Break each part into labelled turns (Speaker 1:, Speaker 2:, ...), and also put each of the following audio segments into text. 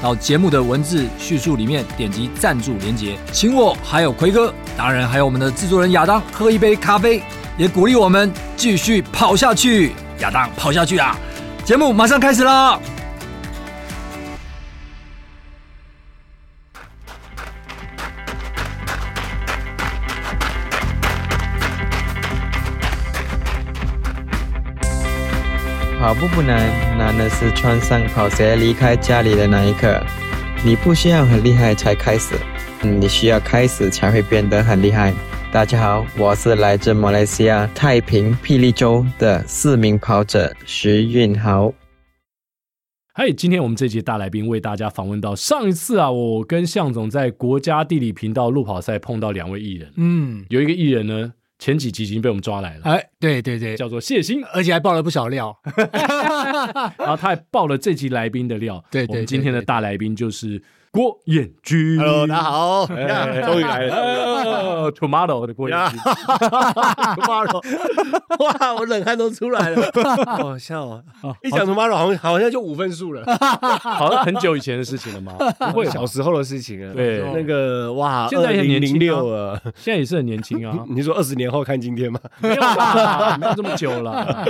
Speaker 1: 到节目的文字叙述里面点击赞助连结，请我还有奎哥，当然还有我们的制作人亚当喝一杯咖啡，也鼓励我们继续跑下去。亚当跑下去啊！节目马上开始啦！
Speaker 2: 跑步不难，难的是穿上跑鞋离开家里的那一刻。你不需要很厉害才开始，你需要开始才会变得很厉害。大家好，我是来自马来西亚太平霹雳州的四名跑者徐运豪。
Speaker 3: 嗨，今天我们这集大来宾为大家访问到上一次啊，我跟向总在国家地理频道路跑赛碰到两位艺人，
Speaker 4: 嗯，
Speaker 3: 有一个艺人呢，前几集已经被我们抓来了，
Speaker 4: 哎，对对对，
Speaker 3: 叫做谢欣，
Speaker 4: 而且还爆了不少料。
Speaker 1: 哎
Speaker 3: 然后他还爆了这集来宾的料。
Speaker 4: 对对
Speaker 3: 我们
Speaker 4: 对
Speaker 3: 今天的
Speaker 4: 对
Speaker 3: 大来宾就是郭彦军。
Speaker 5: Hello，大家好，终
Speaker 3: 嗯哎，
Speaker 5: 于来了。
Speaker 3: 了，Tomorrow 的郭彦 军。
Speaker 5: Tomorrow，哇，我冷汗都出 来了，好笑啊！一讲 Tomorrow，好像好像就五分数了，
Speaker 3: 好像很久以前的事情了 吗？不会吧，
Speaker 5: 小时候的事情了。
Speaker 3: 啊对
Speaker 5: 那个哇，
Speaker 3: 现在也很年
Speaker 5: 零
Speaker 3: 轻啊
Speaker 5: 零六了。，
Speaker 3: 现在也是很年轻啊
Speaker 5: 你说二十年后看今天吗？
Speaker 3: 没有啦，没有这么久了，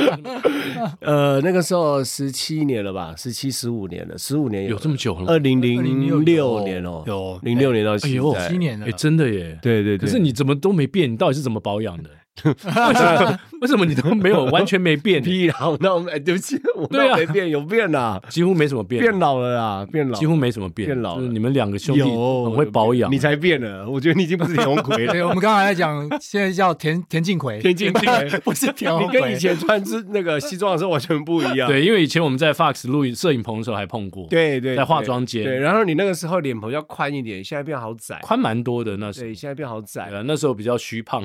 Speaker 5: 呃，那个时候十七年了吧，十七十五年了，十五年
Speaker 3: 有这么久了
Speaker 5: 二？零零六年哦，
Speaker 4: 有
Speaker 5: 零六年到
Speaker 3: 哎
Speaker 5: 现
Speaker 3: 呦
Speaker 5: 在
Speaker 4: 七。年了
Speaker 3: 哎，，真的耶。
Speaker 5: 对对对，
Speaker 3: 可是你怎么都没变？你到底是怎么保养 的？为什么？为什么你都没有完全没 变？
Speaker 5: 屁啦！我那我哎，对不起，我
Speaker 3: 对啊
Speaker 5: 那没变，有变啦，
Speaker 3: 几乎没什么变，
Speaker 5: 变老了啦，变老，
Speaker 3: 几乎没什么变。
Speaker 5: 变老了
Speaker 3: 就是你们两个兄弟
Speaker 5: 有
Speaker 3: 很会保养，
Speaker 5: 你才变了。我觉得你已经不是田鸿奎了
Speaker 4: 对，，我们刚才在讲，现在叫田田径奎，
Speaker 5: 田径奎
Speaker 4: 不是田
Speaker 5: 你
Speaker 4: 鸿
Speaker 5: 跟
Speaker 4: 奎
Speaker 5: 以。前穿之那个西装的时候完全不一样。
Speaker 3: 对，因为以前我们在 Fox 录影摄影棚的时候还碰过，，
Speaker 5: 对对，
Speaker 3: 在化妆间
Speaker 5: 对，然后你那个时候脸盆要宽一点，现在变好窄。
Speaker 3: 宽蛮多的那时候。
Speaker 5: 对，现在变好窄
Speaker 3: 对。啊，那时候比较虚 胖，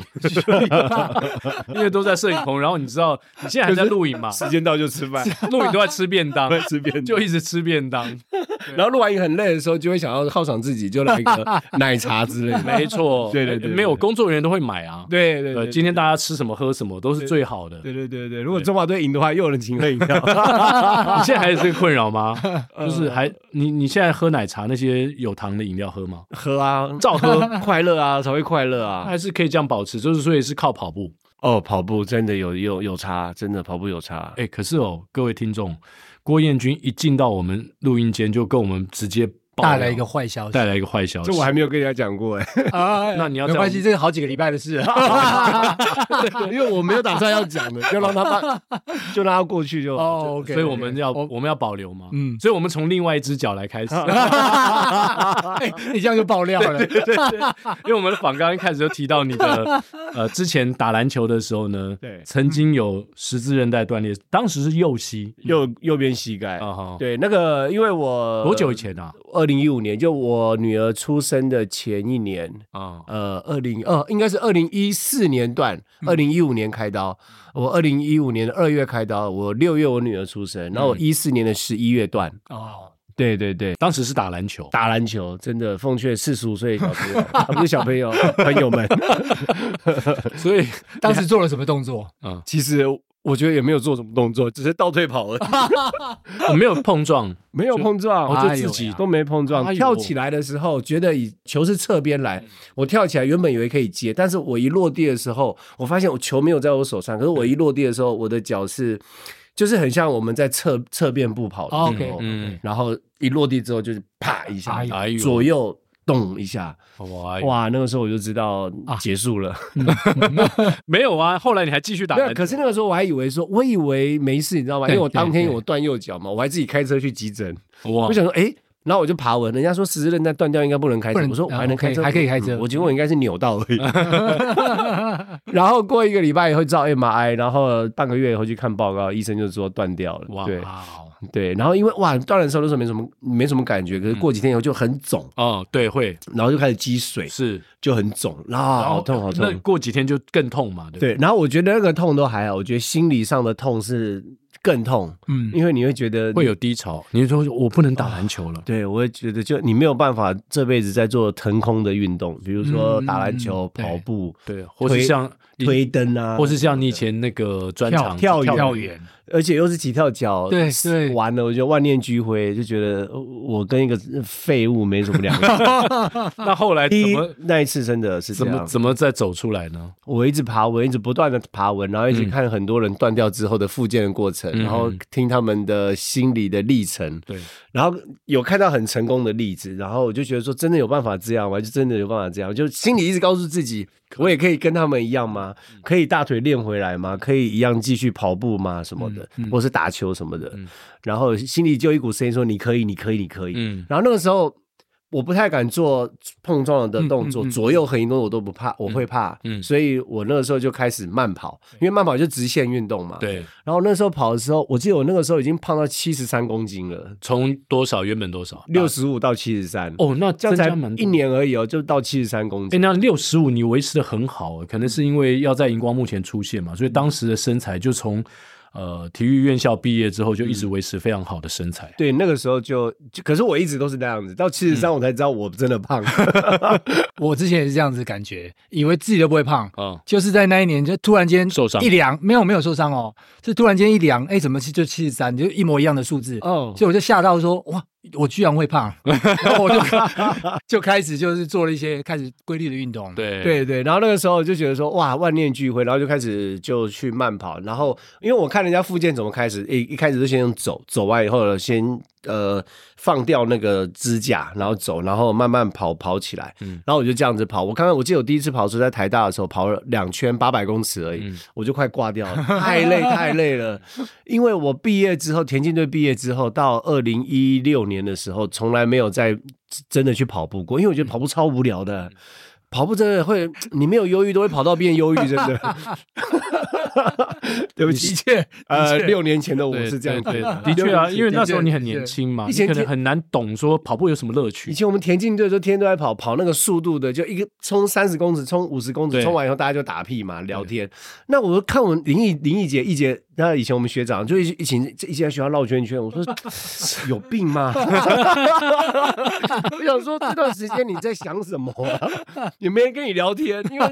Speaker 3: 因为都在摄影棚，然后你知道你现在还在录影嘛，
Speaker 5: 时间到就吃饭，
Speaker 3: 录影都在吃便 当，
Speaker 5: 啊吃便
Speaker 3: 就
Speaker 5: 就
Speaker 3: 一直吃便当，
Speaker 5: 然后录完影很累的时候，就会想要犒赏自己，就来 一个奶茶之类的。
Speaker 3: 没错，
Speaker 5: 对对对对
Speaker 3: 没有工作人员都会买啊，
Speaker 5: 对对
Speaker 3: 对
Speaker 5: 对，
Speaker 3: 今天大家吃什么喝什么都是最好的，
Speaker 5: 对对对对，如果中华队赢的话，又有人请喝饮料。
Speaker 3: 你现在还有这个困扰 吗？
Speaker 5: 嗯
Speaker 3: 就是还你你现在喝奶茶那些有糖的饮料 喝吗？
Speaker 5: 喝啊， 照喝，快乐啊，才会快乐啊。
Speaker 3: 还是可以这样保持，就是所以是靠跑步，
Speaker 5: 哦，跑步真的有有有差，真的跑步有差。
Speaker 3: 哎，可是哦，各位听众，郭彦军一进到我们录音间就跟我们直接爆
Speaker 4: 带
Speaker 3: 料
Speaker 4: 来一个坏消息
Speaker 3: 带来一个坏消息，
Speaker 5: 这我还没有跟人家讲过哎，
Speaker 4: 啊！
Speaker 3: 那你要
Speaker 4: 没
Speaker 3: 在
Speaker 4: 关系，
Speaker 3: 我们
Speaker 4: 这个好几个礼拜的事。啊
Speaker 5: 因为我没有打算要讲 的，就让他把，就让他过去就好。
Speaker 4: 哦，OK，
Speaker 3: 所以我们要
Speaker 4: 我
Speaker 3: 我们要保留嘛，嗯
Speaker 4: 嗯，
Speaker 3: 所以我们从另外一只脚来开始，
Speaker 4: 哎你这样就爆料了。
Speaker 3: 因为我们的访刚一开始就提到你的呃，之前打篮球的时候呢，
Speaker 5: 对
Speaker 3: 曾经有十字韧带断裂，当时是右膝
Speaker 5: 右右边膝盖，
Speaker 3: 啊哈，
Speaker 5: 对，那个因为我
Speaker 3: 多久以？前啊？
Speaker 5: 二零一五年，就我女儿出生的前一年，
Speaker 3: 啊，
Speaker 5: 呃，二零呃，应该是二零一四年段，二零一五年开刀。我二零一五年的二月开刀，我六月我女儿出生，然后我一四年的十一月段。
Speaker 4: 哦，
Speaker 5: 对对对，
Speaker 3: 当时是打篮球，
Speaker 5: 打篮球真的奉劝四十五岁的小朋友，啊不是小朋友， 朋友们。
Speaker 3: 所以
Speaker 4: 当时做了什么动作？
Speaker 5: 其实我觉得也没有做什么动作，只是倒退跑而已。
Speaker 3: 我呃没有碰撞，
Speaker 5: 没有碰撞，
Speaker 3: 哦就
Speaker 5: 哎
Speaker 3: 自
Speaker 5: 呦
Speaker 3: 己
Speaker 5: 喂都没碰
Speaker 3: 哎
Speaker 5: 撞。
Speaker 3: 呦
Speaker 5: 跳起来的时候，觉得以球是侧边来，我跳起来原本以为可以接，但是我一落地的时候，我发现我球没有在我手上，可是我一落地的时候，我的脚是就是很像我们在侧侧边步跑的
Speaker 4: 哦
Speaker 5: 时候
Speaker 4: OK，
Speaker 3: 嗯，
Speaker 5: 然后一落地之后就是啪一下
Speaker 4: 哎，呦
Speaker 3: 哎呦哎
Speaker 5: 左右动一下，
Speaker 3: 哇哇，
Speaker 5: 哇，那个时候我就知道结束了。
Speaker 3: 没有啊，后来你还继续打
Speaker 5: 没
Speaker 3: 篮
Speaker 5: 有，
Speaker 3: 球，
Speaker 5: 可是那个时候我还以为说，我以为没事，你知道吗？因为我
Speaker 4: 对
Speaker 5: 当天
Speaker 4: 对
Speaker 5: 我断右脚嘛，我还自己开车去急诊。
Speaker 3: 哇
Speaker 5: 我，想说，哎、然后我就爬文，人家说十字韧带断掉应该不能开车
Speaker 4: 不，能
Speaker 5: 我说我还能开车，
Speaker 4: 啊，OK，还可以开车
Speaker 5: 嗯我觉得我应该是扭到而已。 然后过一个礼拜以后照 MRI，然后半个月以后去看报告，医生就说断掉了。
Speaker 3: 哇
Speaker 5: 对，
Speaker 3: 哇哦
Speaker 5: 对，然后因为哇，当然收的时候没什么没什么感觉，可
Speaker 4: 嗯
Speaker 5: 是过几天以后就很肿，
Speaker 3: 哦，对，会
Speaker 5: 然后就开始积水，
Speaker 3: 是，
Speaker 5: 就很肿，啊，
Speaker 3: 然后
Speaker 5: 好痛好
Speaker 3: 那
Speaker 5: 痛。
Speaker 3: 过几天就更痛嘛，对不对？
Speaker 5: 对，然后我觉得那个痛都还好，我觉得心理上的痛是更痛，
Speaker 4: 嗯，
Speaker 5: 因为你会觉得
Speaker 3: 会有低潮，你说我不能打篮球了，
Speaker 5: 对，我会觉得就你没有办法这辈子在做腾空的运动，比如说
Speaker 4: 嗯
Speaker 5: 打篮球、
Speaker 3: 对
Speaker 5: 跑步、
Speaker 3: 对，或是
Speaker 5: 推
Speaker 3: 像你
Speaker 5: 推灯啊，
Speaker 3: 或是像你以前那个专
Speaker 4: 跳
Speaker 3: 场
Speaker 5: 跳远
Speaker 4: 跳远，
Speaker 5: 而且又是起跳脚，
Speaker 4: 对对
Speaker 5: 完了，我就万念俱灰，就觉得呃我跟一个废物没什么两样。
Speaker 3: 那后来
Speaker 5: 第
Speaker 3: 怎
Speaker 5: 一
Speaker 3: 么
Speaker 5: 那一次真的是这
Speaker 3: 怎么
Speaker 5: 样，
Speaker 3: 怎么再走出来呢？
Speaker 5: 我一直爬文，一直不断的爬文，然后一直
Speaker 3: 嗯
Speaker 5: 看很多人断掉之后的复健的过程，
Speaker 3: 嗯
Speaker 5: 然后听他们的心理的历程，
Speaker 3: 对，
Speaker 5: 然后有看到很成功的例子，然后我就觉得说，真的有办法这样吗？就真的有办法这样？就心里一直告诉自己，我也可以跟他们一样吗？
Speaker 3: 嗯
Speaker 5: 可以大腿练回来吗？可以一样继续跑步吗？什么的，
Speaker 3: 嗯
Speaker 5: 或是打球什么的。然后心里就一股声音说：“你可以，你可以，你可以。
Speaker 3: 嗯
Speaker 5: 然后那个时候。我不太敢做碰撞的动作，
Speaker 4: 嗯嗯嗯
Speaker 5: 左右横移动作我都不怕，我会怕，
Speaker 3: 嗯
Speaker 5: 所以我那个时候就开始慢跑，因为慢跑就直线运动嘛。。
Speaker 3: 对，
Speaker 5: 然后那时候跑的时候，我记得我那个时候已经胖到七十三公斤了，
Speaker 3: 从多少原本多少
Speaker 5: 六十五到七十三，
Speaker 3: 啊哦，那
Speaker 5: 这
Speaker 3: 增
Speaker 5: 样才
Speaker 3: 加蛮多
Speaker 5: 一。年而已哦，就到七十三公
Speaker 3: 哎，
Speaker 5: 斤。
Speaker 3: 那六十五你维持的很好，可能是因为要在荧光幕前出现嘛，所以当时的身材就从呃体育院校毕业之后就一直维持非常好的身材。
Speaker 5: 对，那个时候就就，可是我一直都是那样子，到七
Speaker 3: 嗯
Speaker 5: 十三我才知道我真的胖。
Speaker 4: 我之前也是这样子感觉，以为自己都不会胖，
Speaker 3: 啊，
Speaker 4: 就是在那一年就突然间
Speaker 3: 受伤
Speaker 4: 一量，没有没有受伤哦，是突然间一量，哎，怎么就七十三，就一模一样的数字，
Speaker 5: 哦，
Speaker 4: 所以我就吓到说哇，我居然 会胖，然后我就 就开始就是做了一些开始规律的运动，
Speaker 3: 对
Speaker 5: 对对，然后那个时候就觉得说哇，万念俱灰，然后就开始就去慢跑，然后因为我看人家复健怎么开始，一一开始就先用走，走完以后呢，先呃放掉那个支架，然后走，然后慢慢跑跑起来，
Speaker 3: 嗯
Speaker 5: 然后我就这样子跑，我看看我记得我第一次跑是在台大的时候跑了两圈八百公尺而已，
Speaker 3: 嗯
Speaker 5: 我就快挂掉了，太累太累了，因为我毕业之后，田径队毕业之后，到二零一六年的时候，从来没有再真的去跑步过，因为我觉
Speaker 3: 嗯
Speaker 5: 得跑步超无聊的。跑步真的会，你没有忧郁都会跑到变忧郁，真 的。对不
Speaker 4: 的
Speaker 5: 起，
Speaker 4: 确，
Speaker 5: 呃，
Speaker 4: 的确
Speaker 5: 六年前的我
Speaker 3: 对
Speaker 5: 是这样子
Speaker 3: 对，
Speaker 5: 的
Speaker 3: 对的确 啊，因为那时候你很
Speaker 4: 的确
Speaker 3: 年轻嘛，
Speaker 5: 以
Speaker 3: 你
Speaker 5: 前
Speaker 3: 可能
Speaker 5: 天
Speaker 3: 很难懂说跑步有什么乐趣
Speaker 5: 以。前我们田径队就天天都在跑，跑那个速度的，就一个冲三十公尺，冲五十公
Speaker 3: 对
Speaker 5: 尺，冲完以后大家就打屁嘛，聊天。那我就看我林毅林毅杰一杰，那以前我们学长就一一起一起在学校绕圈圈，我说 有病吗？ 我想说这段时间你在想什么、啊？ 也没人跟你聊天，因为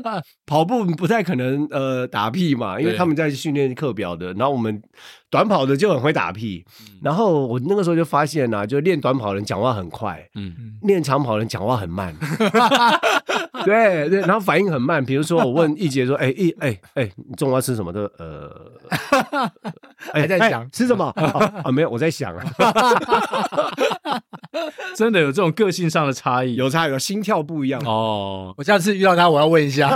Speaker 5: 跑步不太可能呃打屁嘛，因为
Speaker 3: 对
Speaker 5: 他们在训练课表的，然后我们短跑的就很会打屁，
Speaker 3: 嗯
Speaker 5: 然后我那个时候就发现啊，就练短跑的人讲话很快。
Speaker 3: 嗯，
Speaker 5: 练长跑的人讲话很慢， 对对，然后反应很慢。比如说，我问一杰说：“哎、一哎哎，你中午要吃什么？”他说：“呃，哎
Speaker 4: 还在
Speaker 5: 哎
Speaker 4: 想
Speaker 5: 吃什么啊？啊没有，我在想啊，
Speaker 3: 真的有这种个性上的差异。
Speaker 5: 有差有心跳不一样。
Speaker 3: 哦，
Speaker 4: 我下次遇到他我要问一 下，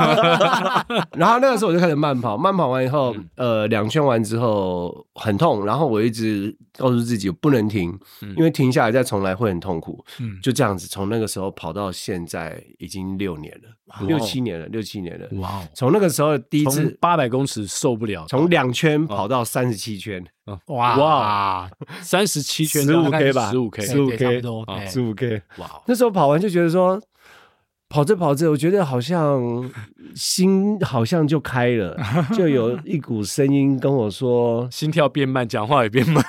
Speaker 5: 然后那个时候我就开始慢跑，慢跑完以后，呃，两圈完之后很痛，然后我一直告诉自己不能停，
Speaker 3: 嗯
Speaker 5: 因为停下来再重来会很痛苦。
Speaker 4: 嗯
Speaker 5: 就这样子，从那个时候跑到现在已经六年了，六七年了，六七年了。
Speaker 3: 哇哦，
Speaker 5: 从那个时候第一次
Speaker 3: 从八百公尺受不了，
Speaker 5: 从两
Speaker 3: 哦
Speaker 5: 圈跑到三十七圈，
Speaker 4: 哇
Speaker 3: 哇三十七圈
Speaker 5: 15 K 吧
Speaker 3: 十五 K，
Speaker 5: 15K
Speaker 4: 对差不多，哎
Speaker 3: 啊
Speaker 4: 对
Speaker 5: 十五 K。
Speaker 3: 哇哦，
Speaker 5: 那时候跑完就觉得说，跑着跑着，我觉得好像心好像就开 了，就有一股声音跟我说，
Speaker 3: 心跳变慢，讲话也变慢。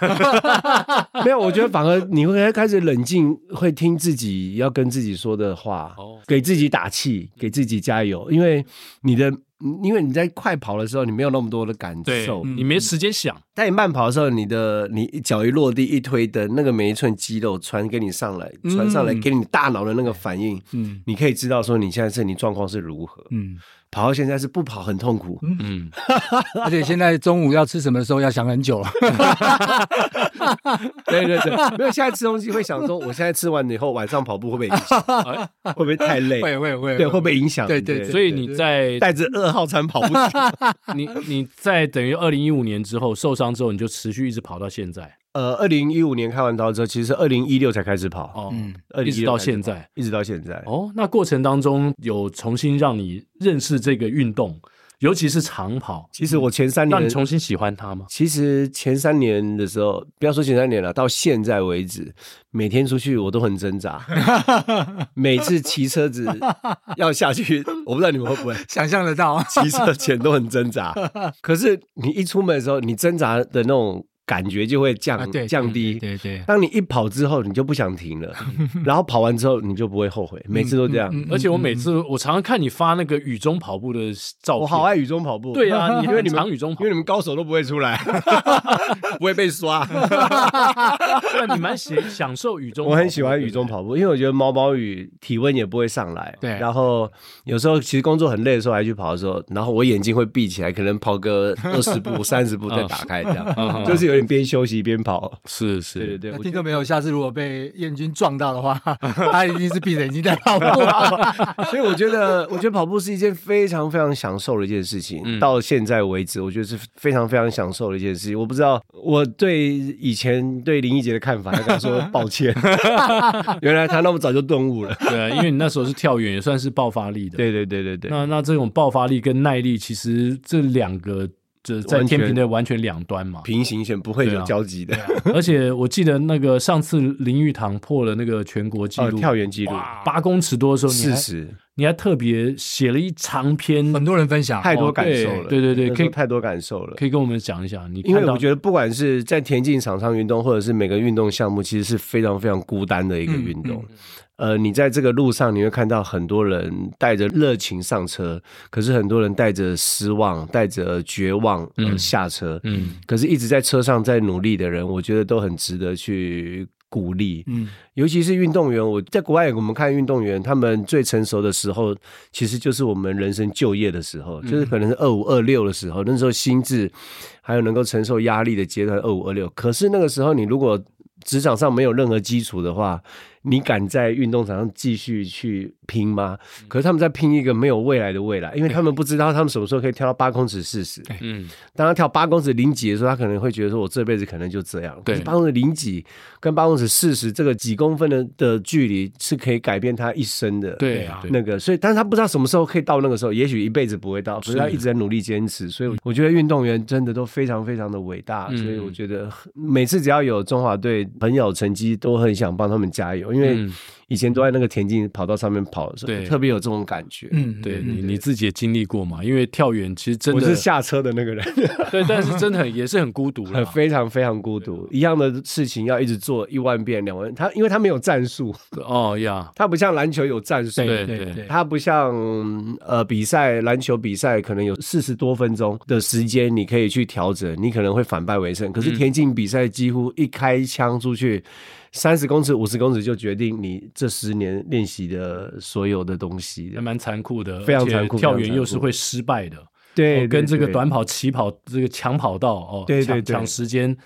Speaker 5: 没有，我觉得反而你会开始冷静，会听自己要跟自己说的话
Speaker 3: 哦，
Speaker 5: 给自己打气，给自己加油，因为你的。因为你在快跑的时候，你没有那么多的感
Speaker 3: 对
Speaker 5: 受，
Speaker 3: 你没时间想，
Speaker 5: 在你慢跑的时候，你的你一脚一落地一推灯，那个每一寸肌肉传给你上来，
Speaker 4: 嗯
Speaker 5: 传上来给你大脑的那个反应，
Speaker 4: 嗯
Speaker 5: 你可以知道说你现在身体状况是如何。
Speaker 4: 嗯，
Speaker 5: 跑到现在是不跑很痛苦，
Speaker 3: 嗯，
Speaker 4: 而且现在中午要吃什么的时候要想很久，
Speaker 5: 对对对， 没有现在吃东西会想说，我现在吃完以后晚上跑步会不会影响？
Speaker 3: 哎
Speaker 5: 会不会太累？
Speaker 4: 会会会，
Speaker 5: 对，会不会影响？
Speaker 4: 对对对
Speaker 3: 所以你在
Speaker 5: 带着二号餐跑步，
Speaker 3: 你你在等于二零一五年之后受伤之后，你就持续一直跑到现在
Speaker 5: 呃，二零一五年开完刀之后，其实是二零一六才开始跑，
Speaker 3: 哦，
Speaker 4: 嗯，
Speaker 5: 2016
Speaker 3: 一直到
Speaker 5: 开始跑
Speaker 3: 现在，哦
Speaker 5: 一直到现在。
Speaker 3: 哦，那过程当中有重新让你认识这个运动，尤其是长跑，
Speaker 5: 其实我前三
Speaker 3: 让
Speaker 5: 年
Speaker 3: 你重新喜欢它吗？
Speaker 5: 其实前三年的时候，不要说前三年了，到现在为止，每天出去我都很挣扎，每次骑车 子要下去，我不知道你们会不会。
Speaker 4: 想象得到，
Speaker 5: 骑车前都很挣 扎，可是你一出门的时候，你挣扎的那种感觉就会降、
Speaker 4: 啊对
Speaker 5: 降低。
Speaker 4: 对对，
Speaker 5: 当你一跑之后，你就不想停 了，然后跑完之后你就不会后悔，每次都这样。
Speaker 4: 嗯嗯
Speaker 3: 而且我每次我常常看你发那个雨中跑步的照片，
Speaker 5: 嗯我好爱雨中跑步，
Speaker 3: 对 啊，你
Speaker 5: 因为你
Speaker 3: 很常
Speaker 5: 们
Speaker 3: 雨中跑
Speaker 5: 因为，你们高手都不会出 来，不会被 刷。
Speaker 3: 对啊，你蛮喜享受雨中，
Speaker 5: 我很喜欢雨中，跑步，因为我觉得毛毛雨体温也不会上来。
Speaker 4: 对
Speaker 5: 然后有时候其实工作很累的时候还去跑的时候，然后我眼睛会闭起来，可能跑个二十 步、三十步再打开，这
Speaker 3: 嗯
Speaker 5: 样就是有点边休息边跑。
Speaker 3: 是
Speaker 5: 对对
Speaker 3: 是，
Speaker 5: 对，
Speaker 4: 那
Speaker 5: 我
Speaker 4: 听
Speaker 5: 觉 得
Speaker 4: 众朋友，下次如果被燕军撞到的话， 他一定是闭着眼睛在跑步。
Speaker 5: 所以我觉得，我觉得跑步是一件非常非常享受的一件事情。
Speaker 3: 嗯
Speaker 5: 到现在为止，我觉得是非常非常享受的一件事情。我不知道我对以前对林忆杰的看法，要跟他说抱 歉，原来他那么早就顿悟了。
Speaker 3: 对啊，因为你那时候是跳远，也算是爆发力的，
Speaker 5: 对对对对对。
Speaker 3: 那那这种爆发力跟耐力，其实这两个这在
Speaker 5: 完全
Speaker 3: 天平的完全两端 嘛。
Speaker 5: 平行线不会
Speaker 3: 对
Speaker 5: 有
Speaker 3: 啊
Speaker 5: 交集的，
Speaker 3: 而且我记得那个上次林玉堂破了那个全国纪
Speaker 5: 哦，
Speaker 3: 录，
Speaker 5: 跳远记录
Speaker 3: 八公尺多的时候，你
Speaker 5: 四
Speaker 3: 还
Speaker 5: 十，
Speaker 3: 你还特别写了一长篇，
Speaker 4: 很多人分享，
Speaker 5: 太多
Speaker 3: 哦
Speaker 5: 感
Speaker 3: 对
Speaker 5: 受了，
Speaker 3: 对对对
Speaker 5: 那时
Speaker 3: 可以
Speaker 5: 候太多感受了。
Speaker 3: 可以跟我们讲一下。你
Speaker 5: 因为我
Speaker 3: 得
Speaker 5: 觉得，不管是在田径场上运动，或者是每个运动项目，其实是非常非常孤单的一
Speaker 3: 嗯
Speaker 5: 个运动。呃，你在这个路上，你会看到很多人带着热情上车，可是很多人带着失望、带着绝望、呃
Speaker 3: 嗯
Speaker 5: 下车。
Speaker 3: 嗯，
Speaker 5: 可是一直在车上在努力的人，我觉得都很值得去鼓励。
Speaker 4: 嗯，
Speaker 5: 尤其是运动员，我在国外我们看运动员，他们最成熟的时候，其实就是我们人生就业的时候，就是可能是二五二六的时候，那时候心智还有能够承受压力的阶段，二五二六。可是那个时候，你如果职场上没有任何基础的话，你敢在运动场上继续去拼吗？可是他们在拼一个没有未来的未来，因为他们不知道他们什么时候可以跳到八公尺四十。
Speaker 3: 嗯，
Speaker 5: 当他跳八公尺零几的时候，他可能会觉得说，我这辈子可能就这样。
Speaker 3: 对
Speaker 5: 可是八公尺零几跟八公尺四十这个几公分的的距离是可以改变他一生的。
Speaker 3: 对啊，
Speaker 5: 那个，所以，但是他不知道什么时候可以到那个时候，也许一辈子不会到，可是他一直在努力坚持。所以，我觉得运动员真的都非常非常的伟大。
Speaker 3: 嗯
Speaker 5: 所以，我觉得每次只要有中华队朋友成绩，都很想帮他们加油，因为
Speaker 3: 嗯
Speaker 5: 以前都在那个田径跑道上面跑的时
Speaker 3: 对
Speaker 5: 候，特别有这种感觉。
Speaker 4: 嗯，
Speaker 3: 对你你自己也经历过嘛？因为跳远其实真
Speaker 5: 我
Speaker 3: 的
Speaker 5: 是下车的那个人。
Speaker 3: 对，但是真的很也是很啊孤独啦
Speaker 5: 很非常非常孤独，一样的事情要一直做一万遍、两万遍。他因为他没有战术，
Speaker 3: 哦呀，
Speaker 5: 他不像篮球有战术，
Speaker 3: 对
Speaker 4: 对
Speaker 3: 对
Speaker 4: 对，
Speaker 5: 他不像呃比赛篮球比赛可能有四十多分钟的时间你可以去调整，你可能会反败为胜。可
Speaker 3: 嗯
Speaker 5: 是田径比赛几乎一开枪出去，三十公尺、五十公尺就决定你这十年练习的所有的东西
Speaker 3: 还。蛮残酷的，
Speaker 5: 非常
Speaker 3: 而且
Speaker 5: 残酷
Speaker 3: 跳
Speaker 5: 非常
Speaker 3: 远
Speaker 5: 残
Speaker 3: 又是
Speaker 5: 酷
Speaker 3: 会失败的，
Speaker 5: 对，
Speaker 3: 哦跟这个
Speaker 5: 对
Speaker 3: 短跑、起跑、这个抢跑道哦，
Speaker 5: 对
Speaker 3: 抢
Speaker 5: 对对
Speaker 3: 抢时间，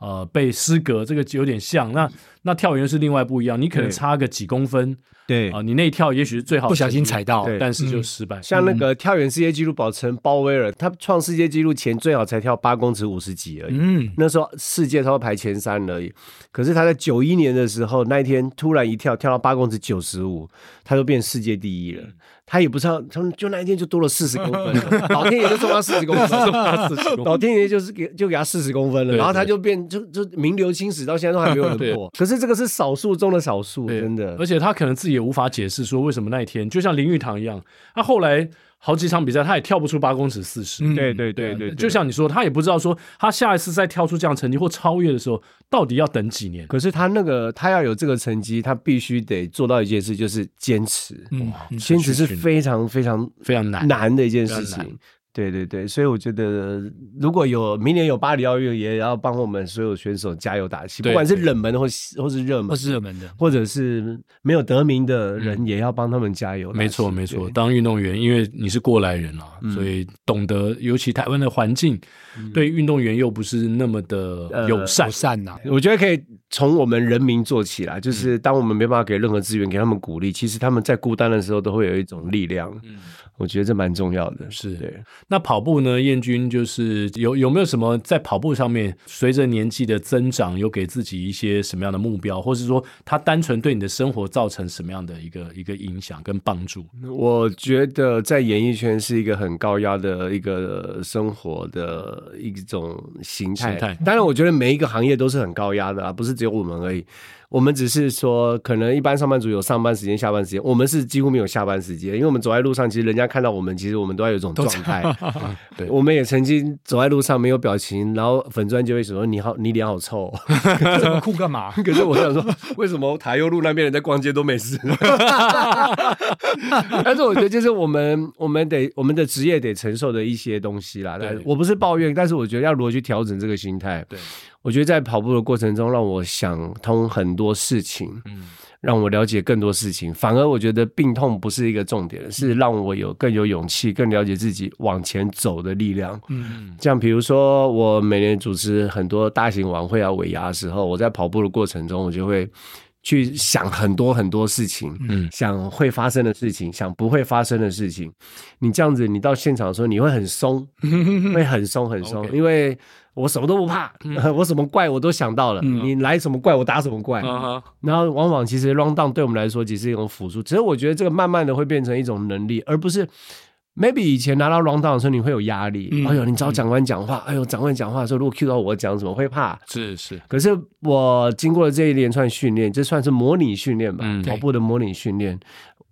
Speaker 3: 呃，被失格，这个有点像。那那跳远是另外不一样，你可能
Speaker 5: 对
Speaker 3: 差个几公分
Speaker 5: 对
Speaker 3: 啊、你那一跳也许是最好的
Speaker 4: 不小心
Speaker 3: 成绩
Speaker 4: 踩到，
Speaker 5: 对嗯
Speaker 3: 但是就失败。
Speaker 5: 像那个跳远世界纪录保持人鲍威尔，他创世界纪录前最好才跳八公尺五十几而已。
Speaker 4: 嗯，
Speaker 5: 那时候世界超排前三而已，可是他在九一年的时候，那一天突然一跳跳到八公尺九十五，他就变世界第一了。他也不知道，他们就那一天就多了四十公分，老天爷就送他四十 公分，老天爷就是给就给他四十公分了，
Speaker 3: 对
Speaker 5: 然后他就变就就名留青史，到现在都还没有
Speaker 3: 对
Speaker 5: 人破。可是这个是少数中的少数，
Speaker 3: 对，
Speaker 5: 真的
Speaker 3: 而。且他可能自己也无法解释说为什么那一天，就像林玉堂一样，他后来好几场比赛他也跳不出八公尺四十、
Speaker 4: 嗯
Speaker 5: 对对
Speaker 3: 啊
Speaker 5: 对对，
Speaker 3: 就像你说，他也不知道说他下一次再跳出这样成绩或超越的时候，到底要等几年。
Speaker 5: 可是他那个，他要有这个成绩，他必须得做到一件事，就是坚持。
Speaker 4: 嗯
Speaker 5: 坚持
Speaker 3: 持续训
Speaker 5: 是
Speaker 3: 练
Speaker 5: 非常非常
Speaker 3: 非常难
Speaker 5: 难的一件
Speaker 3: 非
Speaker 5: 事
Speaker 3: 常难
Speaker 5: 情。对对对，所以我觉得如果有明年有巴黎奥运，也要帮我们所有选手加油打气，
Speaker 3: 对
Speaker 5: 不管是冷门或是或是热
Speaker 4: 不
Speaker 5: 门，
Speaker 4: 是热门的，
Speaker 5: 或者是没有得名的人，也要帮他们加油打
Speaker 3: 嗯
Speaker 5: 气。
Speaker 3: 没错，没错。
Speaker 5: 对
Speaker 3: 当运动员，因为你是过来人啦、
Speaker 5: 嗯
Speaker 3: 所以懂得，尤其台湾的环境，对运动员又不是那么的
Speaker 5: 呃
Speaker 3: 友善
Speaker 4: 友。善呐，
Speaker 5: 我觉得可以从我们人民做起来，
Speaker 3: 嗯
Speaker 5: 就是当我们没办法给任何资源，给他们鼓励，其实他们在孤单的时候都会有一种力量。我觉得这蛮重要的。
Speaker 3: 嗯是
Speaker 5: 对，
Speaker 3: 那跑步呢？燕君就是有有没有什么在跑步上面，随着年纪的增长，有给自己一些什么样的目标，或是说它单纯对你的生活造成什么样的一个一个影响跟帮助？
Speaker 5: 我觉得在演艺圈是一个很高压的一个生活的一种形态。
Speaker 3: 形态
Speaker 5: 当然，我觉得每一个行业都是很高压的啊，不是只有我们而已。我们只是说，可能一般上班族有上班时间、下班时间，我们是几乎没有下班时间，因为我们走在路上，其实人家看到我们，其实我们都要有一种状态。 对，我们也曾经走在路上没有表情，然后粉砖就会说：“你好，你脸好臭。”
Speaker 4: 这么酷干 嘛？
Speaker 5: 可是我想说，为什么塔悠路那边人在逛街都没事？ 但是我觉得，就是我们我们得我们的职业得承受的一些东西啦。
Speaker 3: 对
Speaker 5: 但我不是抱怨，但是我觉得要如何去调整这个心态。
Speaker 3: 对，
Speaker 5: 我觉得在跑步的过程中，让我想通很多事情，
Speaker 3: 嗯，
Speaker 5: 让我了解更多事情。反而我觉得病痛不是一个重点，是让我有更有勇气、更了解自己往前走的力量。
Speaker 3: 嗯
Speaker 5: 像比如说，我每年主持很多大型晚会啊、尾牙的时候，我在跑步的过程中，我就会去想很多很多事情，
Speaker 3: 嗯
Speaker 5: 想会发生的事情，想不会发生的事情。你这样子，你到现场的时候，你会 很松，会很松很松
Speaker 3: OK，嗯
Speaker 5: 因为我什么都不怕， 我什么怪我都想到了，你来什么怪我打什么怪。
Speaker 3: 啊哈，
Speaker 5: 然后往往其实 round down 对我们来说只是一种辅助，只是我觉得这个慢慢的会变成一种能力，而不是 maybe 以前拿到 round down 的时候你会有压力，
Speaker 4: 嗯
Speaker 5: 哎呦，你找长官讲话，哎呦，长官讲话的时候如果 cue 到我讲什么会怕。
Speaker 3: 是是，
Speaker 5: 可是我经过了这一连串训练，这算是模拟训练吧，
Speaker 3: 嗯
Speaker 5: 跑步的模拟训练。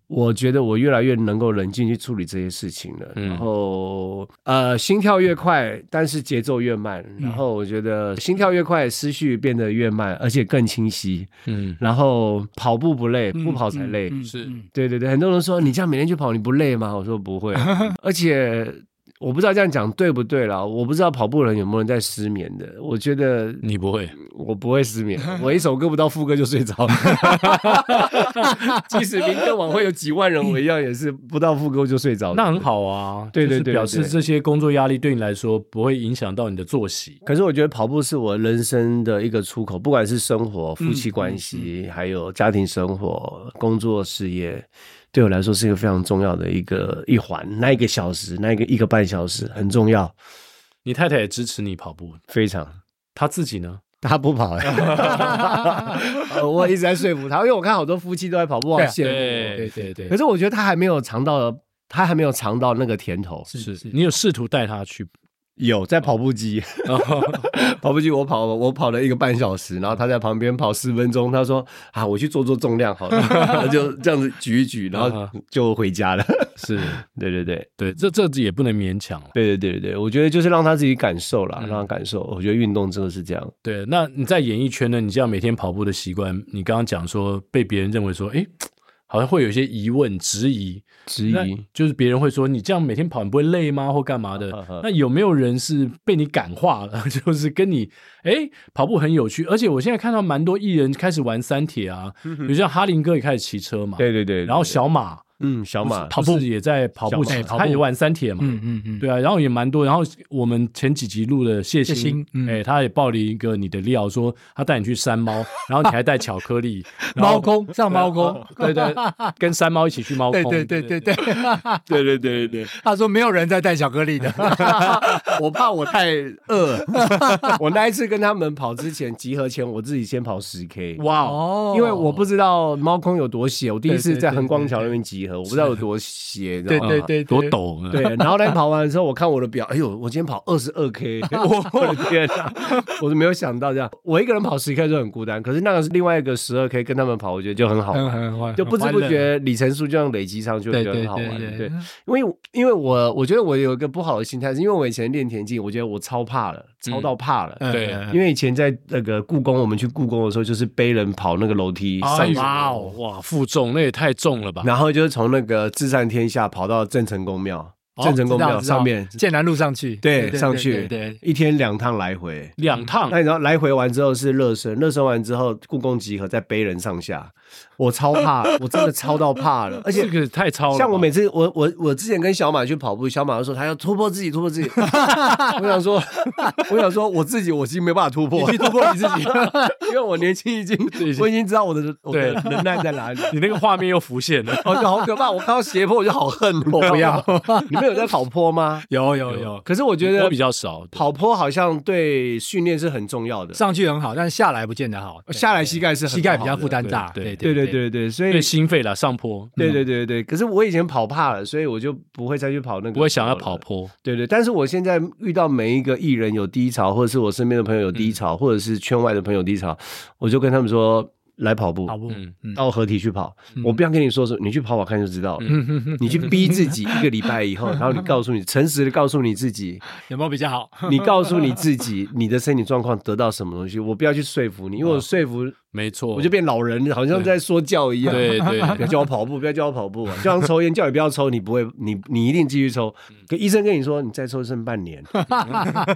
Speaker 5: 我觉得我越来越能够冷静去处理这些事情了，
Speaker 3: 嗯
Speaker 5: 然后呃，心跳越快，但是节奏越慢。
Speaker 3: 嗯
Speaker 5: 然后我觉得心跳越快，思绪变得越慢，而且更清晰。
Speaker 3: 嗯
Speaker 5: 然后跑步不累，不
Speaker 4: 嗯
Speaker 5: 跑才累。
Speaker 4: 嗯嗯
Speaker 3: 是
Speaker 4: 嗯
Speaker 5: 对对对，很多人说你这样每天去跑你不累吗？我说不会，而且我不知道这样讲对不对啦，我不知道跑步的人有没有人在失眠的。我觉得
Speaker 3: 你不会，
Speaker 5: 我不会失眠，我一首歌不到副歌就睡着了。 即使明天晚会有几万人，我一样也是不到副歌就睡着。
Speaker 3: 那很。好啊，
Speaker 5: 对对
Speaker 3: 就是
Speaker 5: 对
Speaker 3: 表
Speaker 5: 对
Speaker 3: 示
Speaker 5: 对
Speaker 3: 这些工作压力对你来说不会影响到你的作息。
Speaker 5: 可是我觉得跑步是我人生的一个出口，不管是生活、夫妻关系，还有家庭生活、工作、事业，对我来说是一个非常重要的一个一环。那一个小时，那一个一个半小时很重要，
Speaker 3: 你太太也支持你跑步，
Speaker 5: 非常。
Speaker 3: 她自己呢？
Speaker 5: 他不跑、欸 呃我一直在说服他，因为我看好多夫妻都在跑步，我好羡慕哦。
Speaker 3: 对对对
Speaker 5: 可，是我觉得他还没有尝到，他还没有尝到那个甜头。
Speaker 3: 是是，你有试图带她 去
Speaker 5: 有在跑步机，
Speaker 3: 哦
Speaker 5: 跑步机我跑我跑了一个半小时，然后他在旁边跑十分钟，他说啊，我去做做重量好了， 就这样子举一举，然后就回家了。
Speaker 3: 是
Speaker 5: 对对对
Speaker 3: 对，这这也不能勉强了。
Speaker 5: 对对对对对，我觉得就是让他自己感受啦，让他感受。我觉得运动真的是这样，
Speaker 3: 对，那你在演艺圈呢？你这样每天跑步的习惯，你刚刚讲说被别人认为说，哎，好像会有一些疑问、质疑，
Speaker 5: 质
Speaker 3: 那
Speaker 5: 疑。
Speaker 3: 就是别人会说你这样每天跑，你不会累吗？或干嘛的
Speaker 5: 呵呵？
Speaker 3: 那有没有人是被你感化了？ 就是跟你，哎，跑步很有趣，而且我现在看到蛮多艺人开始玩三铁啊，比如像哈林哥也开始骑车嘛，
Speaker 5: 嗯对对对，
Speaker 3: 然后小马
Speaker 5: 嗯小马
Speaker 3: 跑步也在跑步
Speaker 5: 小
Speaker 3: 骑，
Speaker 5: 马哎
Speaker 3: 他也玩三铁嘛，
Speaker 4: 嗯嗯 嗯，
Speaker 3: 对啊，然后也蛮多。然后我们前几集录的谢
Speaker 4: 谢欣
Speaker 3: 欣，
Speaker 4: 嗯
Speaker 3: 哎，他也爆了一个你的料，说他带你去山猫，然后你还带巧克 力，然
Speaker 4: 猫
Speaker 3: 后
Speaker 4: 空上猫空，
Speaker 3: 对对，跟山猫一起去猫空，
Speaker 4: 对对对对对，
Speaker 5: 对对对对对，
Speaker 4: 他说没有人在带巧克力的，
Speaker 5: 我怕我太饿。我那一次跟他们跑之前集合前，我自己先跑十 K。
Speaker 3: 哇哦，
Speaker 4: 哦
Speaker 5: 因为我不知道猫空有多斜，我第一
Speaker 4: 对
Speaker 5: 次
Speaker 4: 对
Speaker 5: 在
Speaker 4: 对
Speaker 5: 横光
Speaker 4: 对
Speaker 5: 桥那边集合，我不知道有多斜，
Speaker 4: 对
Speaker 5: 你知道吗
Speaker 4: 对对对
Speaker 3: 多 啊陡，
Speaker 5: 对，，然后来跑完的时候，我看我的表，哎呦，我今天跑二十二 K，我的天啊，我是没有想到这样，我一个人跑十 K 就很孤单，可是那个是另外一个十二 K 跟他们跑，我觉得就很好玩，
Speaker 4: 嗯很很
Speaker 5: 就不知
Speaker 4: 很
Speaker 5: 不
Speaker 4: 欢乐
Speaker 5: 觉里程数这样累积上去，我
Speaker 4: 对
Speaker 5: 觉得
Speaker 4: 对
Speaker 5: 很好玩。
Speaker 4: 对
Speaker 5: 对，，因为因为我我觉得我有一个不好的心态，是因为我以前练田径，我觉得我超怕了，超到怕了。
Speaker 4: 嗯
Speaker 3: 对
Speaker 4: 嗯
Speaker 5: 因为以前在那个故宫，我们去故宫的时候，就是背人跑那个楼梯
Speaker 4: 哎
Speaker 5: 上去，
Speaker 3: 哇哦，哇，负重那也太重了吧？
Speaker 5: 然后就是从那个至善天下跑到郑成功庙，
Speaker 3: 哦
Speaker 5: 郑成功
Speaker 4: 知道
Speaker 5: 庙
Speaker 4: 知道
Speaker 5: 上面
Speaker 4: 剑南路上去，
Speaker 5: 对，上
Speaker 4: 对
Speaker 5: 去，
Speaker 4: 对，
Speaker 5: 一天两趟来回。
Speaker 3: 两趟
Speaker 5: 那，你知道来回完之后是热身，热身完之后故宫集合，再背人上下，我超怕，我真的超到怕了，而且
Speaker 3: 这。个太超了吧。
Speaker 5: 像我每次我我我之前跟小马去跑步，小马就说他要突破自己，突破自 己。我想说，我想说我自己我已经没办法突破，你突破你自己， 因为我年轻已经
Speaker 3: 已经
Speaker 5: 我已经知道我的我的
Speaker 3: 对
Speaker 5: 能 耐在哪里。哦
Speaker 3: 你那个画面又浮现了，
Speaker 5: 我就好可怕，我看到斜坡我就好恨，我不要。你们们有在跑坡吗？
Speaker 1: 有有有，
Speaker 5: 可是 我觉得
Speaker 3: 我比较少，对
Speaker 5: 跑坡好像对训练是很重要的。
Speaker 1: 上去很好，但是下来不见得好，
Speaker 5: 下来膝盖是很
Speaker 1: 膝盖比
Speaker 5: 不
Speaker 1: 较
Speaker 5: 好的
Speaker 1: 负担大。
Speaker 3: 对
Speaker 1: 对
Speaker 3: 对
Speaker 5: 对对对对，所以
Speaker 3: 对心肺啦，上坡嗯
Speaker 5: 对对对对，可是我以前跑怕了，所以我就不会再去跑那个，
Speaker 3: 不会想要跑。坡，
Speaker 5: 对对，但是我现在遇到每一个艺人有低潮，或者是我身边的朋友有低潮，或者是圈外的朋友低潮，我就跟他们说来跑步，
Speaker 1: 跑步，
Speaker 3: 嗯
Speaker 1: 嗯
Speaker 5: 到合体去跑。我不要跟你说什么，你去跑跑看就知道了。你去逼自己一个礼拜以后，然后你告诉你，诚实的告诉你自己，
Speaker 1: 有没有比较好？
Speaker 5: 你告诉你自己你的身体状况得到什么东西，我不要去说服你，因为我说服
Speaker 3: 没错，
Speaker 5: 我就变老人，好像在说教一样。
Speaker 3: 对
Speaker 5: 不
Speaker 3: 对
Speaker 5: 要叫我跑步，不要叫我跑步、啊，就像抽烟，叫你不要抽，你不会，你你一定继续抽。
Speaker 3: 嗯
Speaker 5: 可医生跟你说，你再抽剩半 年，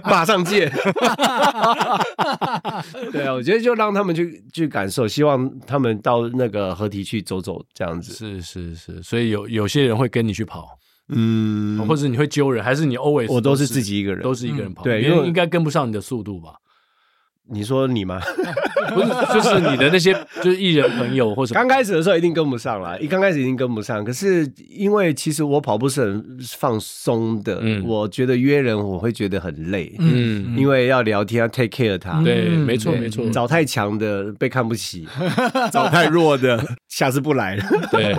Speaker 5: 马上戒。对啊，我觉得就让他们去去感受，希望他们到那个合体去走走，这样子。
Speaker 3: 是是是，所以有有些人会跟你去跑，
Speaker 5: 嗯
Speaker 3: 或者你会揪人，还是你 always
Speaker 5: 我都是自己一个人。
Speaker 3: 都是一个人跑，
Speaker 5: 嗯对
Speaker 3: 别
Speaker 5: 因为
Speaker 3: 人应该跟不上你的速度吧？
Speaker 5: 你说 你吗？
Speaker 3: 不是，就是你的那些就是艺人朋友或者
Speaker 5: 刚开始的时候一定跟不上啦，一刚开始一定跟不上。可是因为其实我跑步是很放松的，
Speaker 3: 嗯
Speaker 5: 我觉得约人我会觉得很累，
Speaker 3: 嗯，
Speaker 5: 因为要聊天要 take care 他。
Speaker 3: 对，
Speaker 1: 嗯
Speaker 3: 没错
Speaker 1: 对
Speaker 3: 没错，
Speaker 5: 找太强的被看不起，找太弱的 下次不来了。
Speaker 3: 对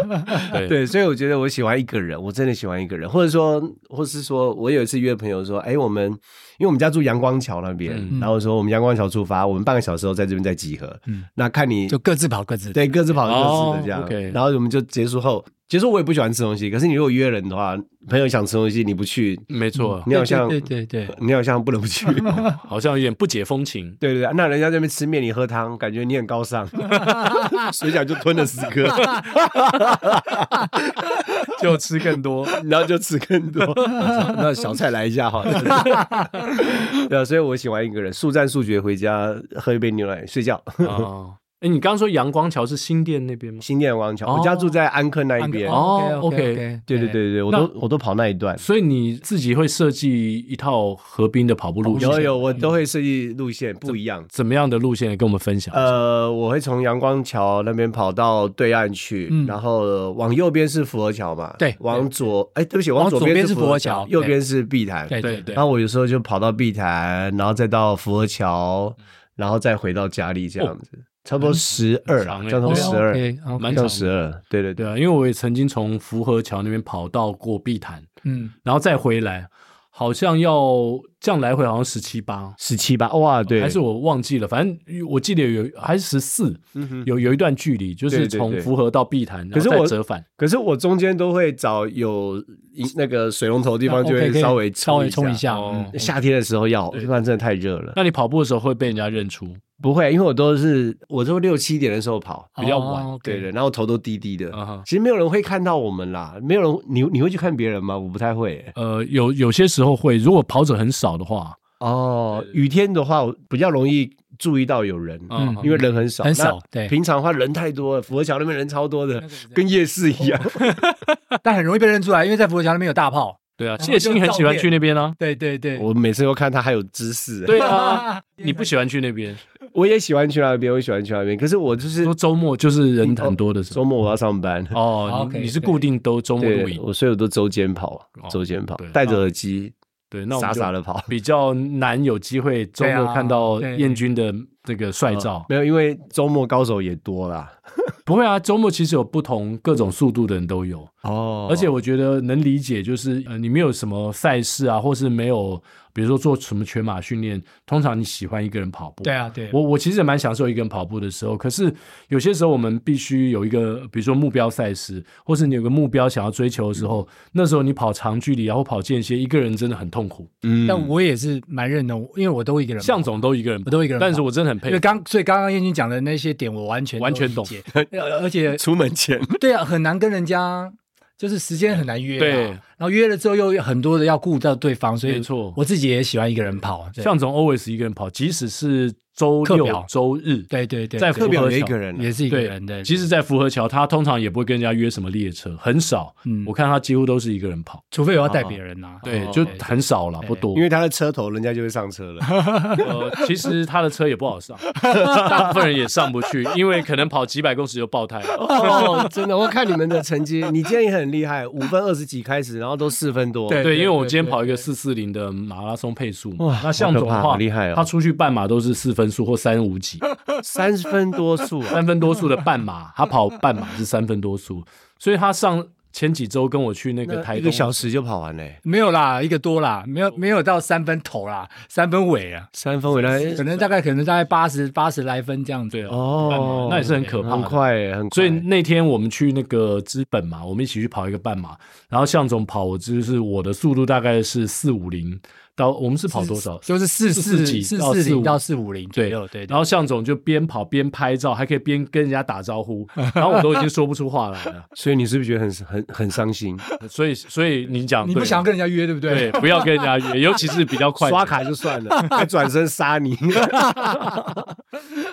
Speaker 3: 对
Speaker 5: 对，所以我觉得我喜欢一个人，我真的喜欢一个人，或者说，或是说我有一次约朋友说，哎，我们因为我们家住阳光桥那边，
Speaker 3: 嗯
Speaker 5: 然后说我们阳光桥出发，我们半个小时后在这边再集合，
Speaker 1: 嗯
Speaker 5: 那看你
Speaker 1: 就各自跑各自。
Speaker 5: 对各自跑各自
Speaker 3: 哦
Speaker 5: 的这样，
Speaker 3: OK
Speaker 5: 然后我们就结束后，结束我也不喜欢吃东西，可是你如果约人的话，朋友想吃东西你不去，
Speaker 3: 没错，
Speaker 5: 嗯你好像
Speaker 1: 对对对对，
Speaker 5: 你好像不能不去。
Speaker 3: 好像有点不解风情。
Speaker 5: 对对对，那人家在那边吃面，你喝汤，感觉你很高尚，水饺就吞了十颗，
Speaker 1: 就吃更多。
Speaker 5: 然后就吃更多。那小菜来一下好了。对啊，所以我喜欢一个人，速战速决回家，喝一杯牛奶，睡觉。
Speaker 3: 哦，哎，你刚刚说阳光桥是新店那 边吗？
Speaker 5: 新店王桥，
Speaker 3: 哦
Speaker 5: 我家住在安坑那一边。
Speaker 3: 哦 OK，
Speaker 5: 对对，对对，我都我都跑那一段。
Speaker 3: 所以你自己会设计一套河滨的跑步路线？
Speaker 5: 哦有有，我都会设计路线不一样。
Speaker 3: 怎么样的路线跟我们分享？
Speaker 5: 呃，我会从阳光桥那边跑到对岸去，
Speaker 1: 嗯
Speaker 5: 然后往右边是福和桥嘛，
Speaker 1: 对
Speaker 5: 往左，哎，对不起，
Speaker 1: 往
Speaker 5: 往左
Speaker 1: 左边
Speaker 5: 边
Speaker 1: 是
Speaker 5: 是
Speaker 1: 福
Speaker 5: 福
Speaker 1: 和
Speaker 5: 和
Speaker 1: 桥
Speaker 5: 桥，右
Speaker 1: 对
Speaker 5: 边是碧潭，
Speaker 1: 对对
Speaker 3: 对
Speaker 5: 然后我有时候就跑到碧潭，然后再到福和桥，然后再回到家里这样子，差不多十二啊啦
Speaker 3: 长欸，
Speaker 5: 交
Speaker 1: 哦
Speaker 5: 通十
Speaker 4: 哦
Speaker 5: 二，
Speaker 3: 蛮长
Speaker 5: 交通
Speaker 3: 的
Speaker 5: 十二，对对
Speaker 3: 对
Speaker 5: 对，
Speaker 3: 啊，因为我也曾经从福和桥那边跑到过碧潭，
Speaker 1: 嗯，
Speaker 3: 然后再回来，好像要这样来回好像十七八，
Speaker 5: 十七八，哇，对，
Speaker 3: 还是我忘记了，反正我记得有还是十四，
Speaker 5: 嗯哼
Speaker 3: 有有一段距离，就是
Speaker 5: 对对
Speaker 3: 从
Speaker 5: 对
Speaker 3: 福和到碧潭，
Speaker 5: 可是
Speaker 3: 然后
Speaker 5: 我
Speaker 3: 再折返，
Speaker 5: 可是我中间都会找有那个水龙头的地方，就会稍微
Speaker 1: 稍微冲
Speaker 5: 一
Speaker 1: 一下。
Speaker 3: 哦
Speaker 1: 嗯
Speaker 5: 夏天的时候要，不然真的太热了。
Speaker 3: 那你跑步的时候会被人家认出，
Speaker 5: 不会，因为我都是我都六七点的时候跑，
Speaker 3: 比较晚
Speaker 1: 哦，OK
Speaker 5: 对的，然后头都低低的
Speaker 3: 啊哈。
Speaker 5: 其实没有人会看到我们啦，没有人，你你会去看别人吗？我不太会欸。
Speaker 3: 呃，有有些时候会，如果跑者很少的话，
Speaker 5: 哦，雨天的话我比较容易注意到有人，
Speaker 3: 嗯，
Speaker 5: 因为人很少，
Speaker 1: 很少
Speaker 5: 那
Speaker 1: 对
Speaker 5: 平常的话人太多了，福和桥那边人超多的，跟夜市一
Speaker 3: 哦
Speaker 5: 样。
Speaker 1: 但很容易被认出来，因为在佛桥那边有大炮。
Speaker 3: 对啊，
Speaker 1: 后
Speaker 3: 谢欣很喜欢去那边啊，
Speaker 1: 对对对，
Speaker 5: 我每次都看他还有姿 势，
Speaker 3: 对啊，你不喜欢去那边，
Speaker 5: 我也喜欢去那边，我也喜欢去那边，可是我就是嗯
Speaker 3: 说周末就是人很多的时候
Speaker 5: 周，末我要上班。
Speaker 3: 哦，
Speaker 1: OK，
Speaker 3: 你你是固定都周末露
Speaker 5: 对，
Speaker 3: 营，
Speaker 5: 我所以我都周间跑
Speaker 3: 哦，
Speaker 5: 周间跑
Speaker 3: 对，
Speaker 5: 戴着耳机，
Speaker 3: 对，那我
Speaker 5: 傻
Speaker 3: 们就
Speaker 5: 傻的跑。
Speaker 3: 比较难有机会周
Speaker 1: 对
Speaker 3: 末
Speaker 1: 啊
Speaker 3: 看到
Speaker 1: 对嗯
Speaker 3: 燕军的这个帅照。
Speaker 5: 没有，因为周末高手也多啦。
Speaker 3: 不会啊，周末其实有不同各种速度的人都有，
Speaker 5: 哦
Speaker 3: 而且我觉得能理解，就是呃，你没有什么赛事啊，或是没有，比如说做什么全马训练，通常你喜欢一个人跑步。
Speaker 1: 对。啊对，
Speaker 3: 我我其实也蛮享受一个人跑步的时候，可是有些时候我们必须有一个，比如说目标赛事，或是你有个目标想要追求的时候，
Speaker 1: 嗯
Speaker 3: 那时候你跑长距离，然后跑间歇，一个人真的很痛苦。
Speaker 5: 嗯
Speaker 1: 但我也是蛮认同，因为我都一个人跑，
Speaker 3: 向总都一个人跑，
Speaker 1: 我都一个人跑
Speaker 3: 但是我真的很
Speaker 1: 因
Speaker 3: 佩
Speaker 1: 为
Speaker 3: 服。
Speaker 1: 刚所以刚刚燕君讲的那些点，我完全
Speaker 3: 完全懂
Speaker 1: 理解，呃而且
Speaker 5: 出门前，
Speaker 1: 对啊，很难跟人家。就是时间很难约、啊，
Speaker 3: 对
Speaker 1: 然后约了之后又有很多的要顾到对方，所以
Speaker 3: 没错
Speaker 1: 我自己也喜欢一个人跑，对
Speaker 3: 向总 always 一个人跑，即使是周
Speaker 4: 课
Speaker 3: 六
Speaker 4: 表、
Speaker 3: 周日。
Speaker 4: 对对对，
Speaker 3: 在
Speaker 4: 对
Speaker 5: 课表
Speaker 3: 符合
Speaker 5: 有一
Speaker 3: 条
Speaker 5: 个人啊，
Speaker 4: 也是一个
Speaker 3: 对
Speaker 4: 人的，，
Speaker 3: 即使在福和桥，他通常也不会跟人家约什么列车，很少。
Speaker 4: 嗯
Speaker 3: 我看他几乎都是一个人跑，
Speaker 4: 除非我要带别人
Speaker 1: 啊
Speaker 4: 呐，
Speaker 3: 对，
Speaker 4: 哦
Speaker 3: 就很少了，不多。
Speaker 5: 因为他的车头，人家就会上车了。
Speaker 3: 呃，其实他的车也不好 上，大部分人也上不去，因为可能跑几百公尺就爆胎了。
Speaker 5: 哦，真的，我看你们的成绩，你今天也很厉害，五分二十几开始，然后都四分多。
Speaker 4: 对
Speaker 3: 对，因为我
Speaker 4: 对
Speaker 3: 今天
Speaker 4: 对
Speaker 3: 跑一个四四零的马拉松配速嘛
Speaker 5: 哇，
Speaker 3: 那向
Speaker 5: 好
Speaker 3: 总
Speaker 5: 可怕
Speaker 3: 的话，
Speaker 5: 好厉害哦
Speaker 3: 他出去半马都是四分速或三五几，
Speaker 5: 三分多数啊，
Speaker 3: 三分多速的半 马，他跑半马是三分多速，所以他上前几周跟我去那个
Speaker 5: 那
Speaker 3: 台
Speaker 5: 一
Speaker 3: 东，
Speaker 5: 个小时就跑完嘞、
Speaker 4: 没有啦，一个多啦，没有没有到三分头啦，三分尾啊，
Speaker 5: 三分回来
Speaker 4: 可能大概可能大概八十八十来分这样子。
Speaker 3: 对啊，半马
Speaker 5: 哦，
Speaker 3: 那也是很可怕
Speaker 5: 很
Speaker 3: 的。
Speaker 5: 快耶、很快。
Speaker 3: 所以那天我们去那个资本嘛，我们一起去跑一个半马，然后向总跑，我就是我的速度大概是四五零到，我们是哦跑多少？
Speaker 4: 就是四
Speaker 3: 四
Speaker 4: 四
Speaker 3: 几
Speaker 4: 四
Speaker 3: 到
Speaker 4: 四
Speaker 3: 四五
Speaker 4: 零到四五零左
Speaker 3: 对
Speaker 4: 右，对，
Speaker 3: 然后向总就边跑边拍照，还可以边跟人家打招 呼，然后我都已经说不出话来了。
Speaker 5: 所以你是不是觉得很很很伤 心？
Speaker 3: 所以，所以你讲，
Speaker 4: 你不想要跟人家约，对不
Speaker 3: 对，不要跟人家约，尤其是比较快的
Speaker 5: 刷卡就算了，还转身杀你。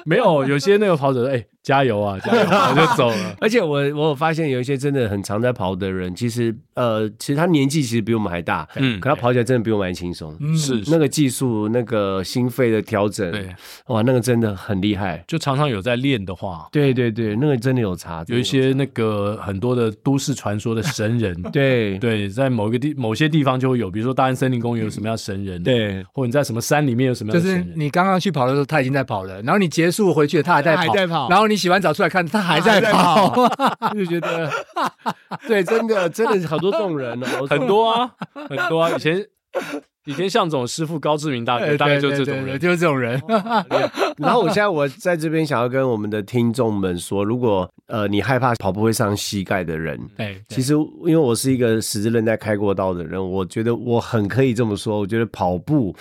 Speaker 3: 没有，有些那个跑者说：“哎、加油啊，加油啊！”我就走了。
Speaker 5: 而且我我有发现有一些真的很常在跑的人，其实呃，其实他年纪其实比我们还大，
Speaker 3: 嗯
Speaker 5: 可他跑起来真的比我们还轻松。
Speaker 4: 嗯
Speaker 3: 是
Speaker 5: 那个技术、那个心肺的调整，
Speaker 3: 对，
Speaker 5: 哇，那个真的很厉害。
Speaker 3: 就常常有在练的话，
Speaker 5: 对对对，那个真的有差，真的
Speaker 3: 有一些那个很多的都市传说的神人，
Speaker 5: 对
Speaker 3: 对，在某一个地某些地方就会有，比如说大安森林公园有什么样的神人，，
Speaker 5: 对
Speaker 3: 或者你在什么山里面有什么
Speaker 4: 就
Speaker 3: 样的
Speaker 4: 是
Speaker 3: 神人，
Speaker 4: 你刚刚去跑的时候，他已经在跑了，然后你结束回去，他还在跑，
Speaker 5: 还在跑
Speaker 4: 然后你洗完澡出来看，他还在跑，
Speaker 5: 就觉得对，真的真的好多这种人 哦，
Speaker 3: 很多啊，很多啊。以前以前向总师傅高志明大哥大概就这种 人，啊
Speaker 4: 哎对对对就是这种人。
Speaker 5: 然后我现在我在这边想要跟我们的听众们说，如果呃你害怕跑步会伤膝盖的人，
Speaker 4: 对，
Speaker 5: 其实因为我是一个十字韧带开过刀的人，我觉得我很可以这么说，我觉得跑步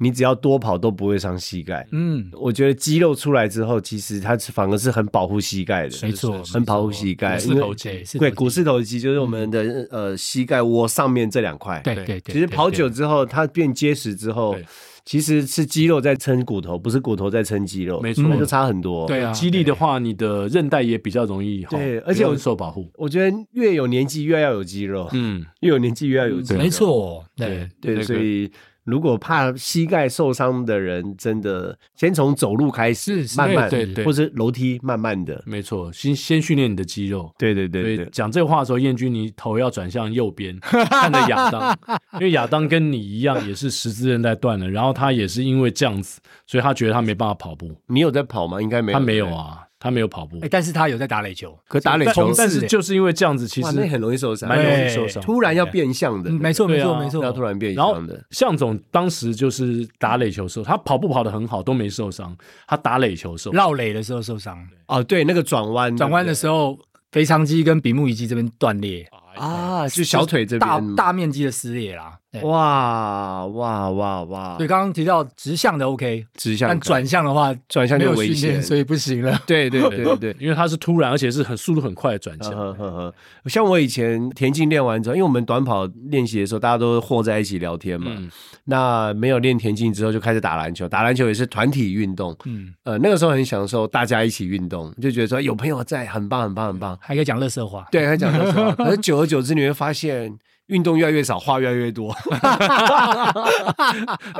Speaker 5: 你只要多跑都不会伤膝盖。
Speaker 4: 嗯，
Speaker 5: 我觉得肌肉出来之后，其实它是反而是很保护膝盖的，
Speaker 4: 没错，
Speaker 5: 很保护膝盖，
Speaker 3: 是
Speaker 5: 因为
Speaker 3: 头
Speaker 4: 对，是
Speaker 5: 对，股四头肌就是我们的、呃膝盖窝上面这两块。
Speaker 4: 嗯对对对，
Speaker 5: 其实
Speaker 4: 对
Speaker 5: 跑
Speaker 4: 对
Speaker 5: 久之后，它变结实之后
Speaker 3: 对，
Speaker 5: 其实是肌肉在撑骨头，不是骨头在撑肌肉，
Speaker 3: 没错
Speaker 5: 那就差很多。
Speaker 4: 对啊，
Speaker 3: 激励的话，你的韧带也比较容易，
Speaker 5: 对
Speaker 3: 哦
Speaker 5: 而且我
Speaker 3: 比较受保护，
Speaker 5: 我觉得越有年纪越要有肌肉，
Speaker 3: 嗯，
Speaker 5: 越有年纪越要有肌肉。
Speaker 4: 没，错，
Speaker 3: 对那
Speaker 4: 对，
Speaker 5: 对，
Speaker 3: 个
Speaker 5: 所以如果怕膝盖受伤的人，真的先从走路开始，
Speaker 4: 是是
Speaker 5: 慢慢，
Speaker 3: 对对对
Speaker 5: 或是楼梯慢慢的。
Speaker 4: 嗯
Speaker 3: 没错，先先训练你的肌肉。
Speaker 5: 对对对
Speaker 3: 所以
Speaker 5: 对，
Speaker 3: 讲这话的时候，燕君你头要转向右边， 看着亚 当，因为亚当跟你一样也是十字韧带断了，然后他也是因为这样子，所以他觉得他没办法跑步，
Speaker 5: 你有在跑吗？应该没有，
Speaker 3: 他没有
Speaker 5: 对不对。
Speaker 3: 啊，他没有跑步
Speaker 4: 哎，，但是他有在打垒球，
Speaker 5: 可打垒
Speaker 3: 但
Speaker 5: 球
Speaker 3: 但是就是因为这样子，其
Speaker 5: 哇，那
Speaker 3: 实
Speaker 5: 很容易受伤，
Speaker 3: 蛮容易
Speaker 4: 对
Speaker 3: 受伤。
Speaker 5: 突然要变相的，
Speaker 4: 嗯没错
Speaker 3: 对
Speaker 4: 没
Speaker 3: 啊
Speaker 4: 错没
Speaker 5: 要
Speaker 4: 错
Speaker 5: 突，然变
Speaker 3: 然后
Speaker 5: 相的。
Speaker 3: 向总当时就是打垒球的时候，他跑步跑得很好，都没受伤，他打垒球受伤。
Speaker 4: 绕垒的时候受伤，
Speaker 5: 哦，对，那个转弯，
Speaker 4: 嗯转弯的时候腓肠肌跟比目鱼肌这边断裂，
Speaker 3: 哎
Speaker 5: 啊，就小腿这边
Speaker 4: 大大面积的撕裂啦。对
Speaker 5: 哇哇哇哇，
Speaker 4: 对，，刚刚提到直向的 OK，
Speaker 5: 直向
Speaker 4: 但转向的话
Speaker 5: 转向
Speaker 4: 没
Speaker 5: 就
Speaker 4: 有
Speaker 5: 危
Speaker 4: 训练，
Speaker 5: 险，
Speaker 4: 所以不行了。
Speaker 5: 对对对 对。
Speaker 3: 因为他是突然，而且是很速度很快的转
Speaker 5: 呵
Speaker 3: 向。
Speaker 5: 呵呵呵，像我以前田径练完之后，因为我们短跑练习的时候，大家都和在一起聊天嘛。
Speaker 3: 嗯
Speaker 5: 那没有练田径之后，就开始打篮球，打篮球也是团体运动。
Speaker 4: 嗯，
Speaker 5: 呃，那个时候很享受大家一起运动，就觉得说有朋友在，很棒，很棒，很棒。
Speaker 4: 还可以讲乐色话。
Speaker 5: 对，他讲这种话。可是久而久之，你会发现运动越来越少，话越来越多，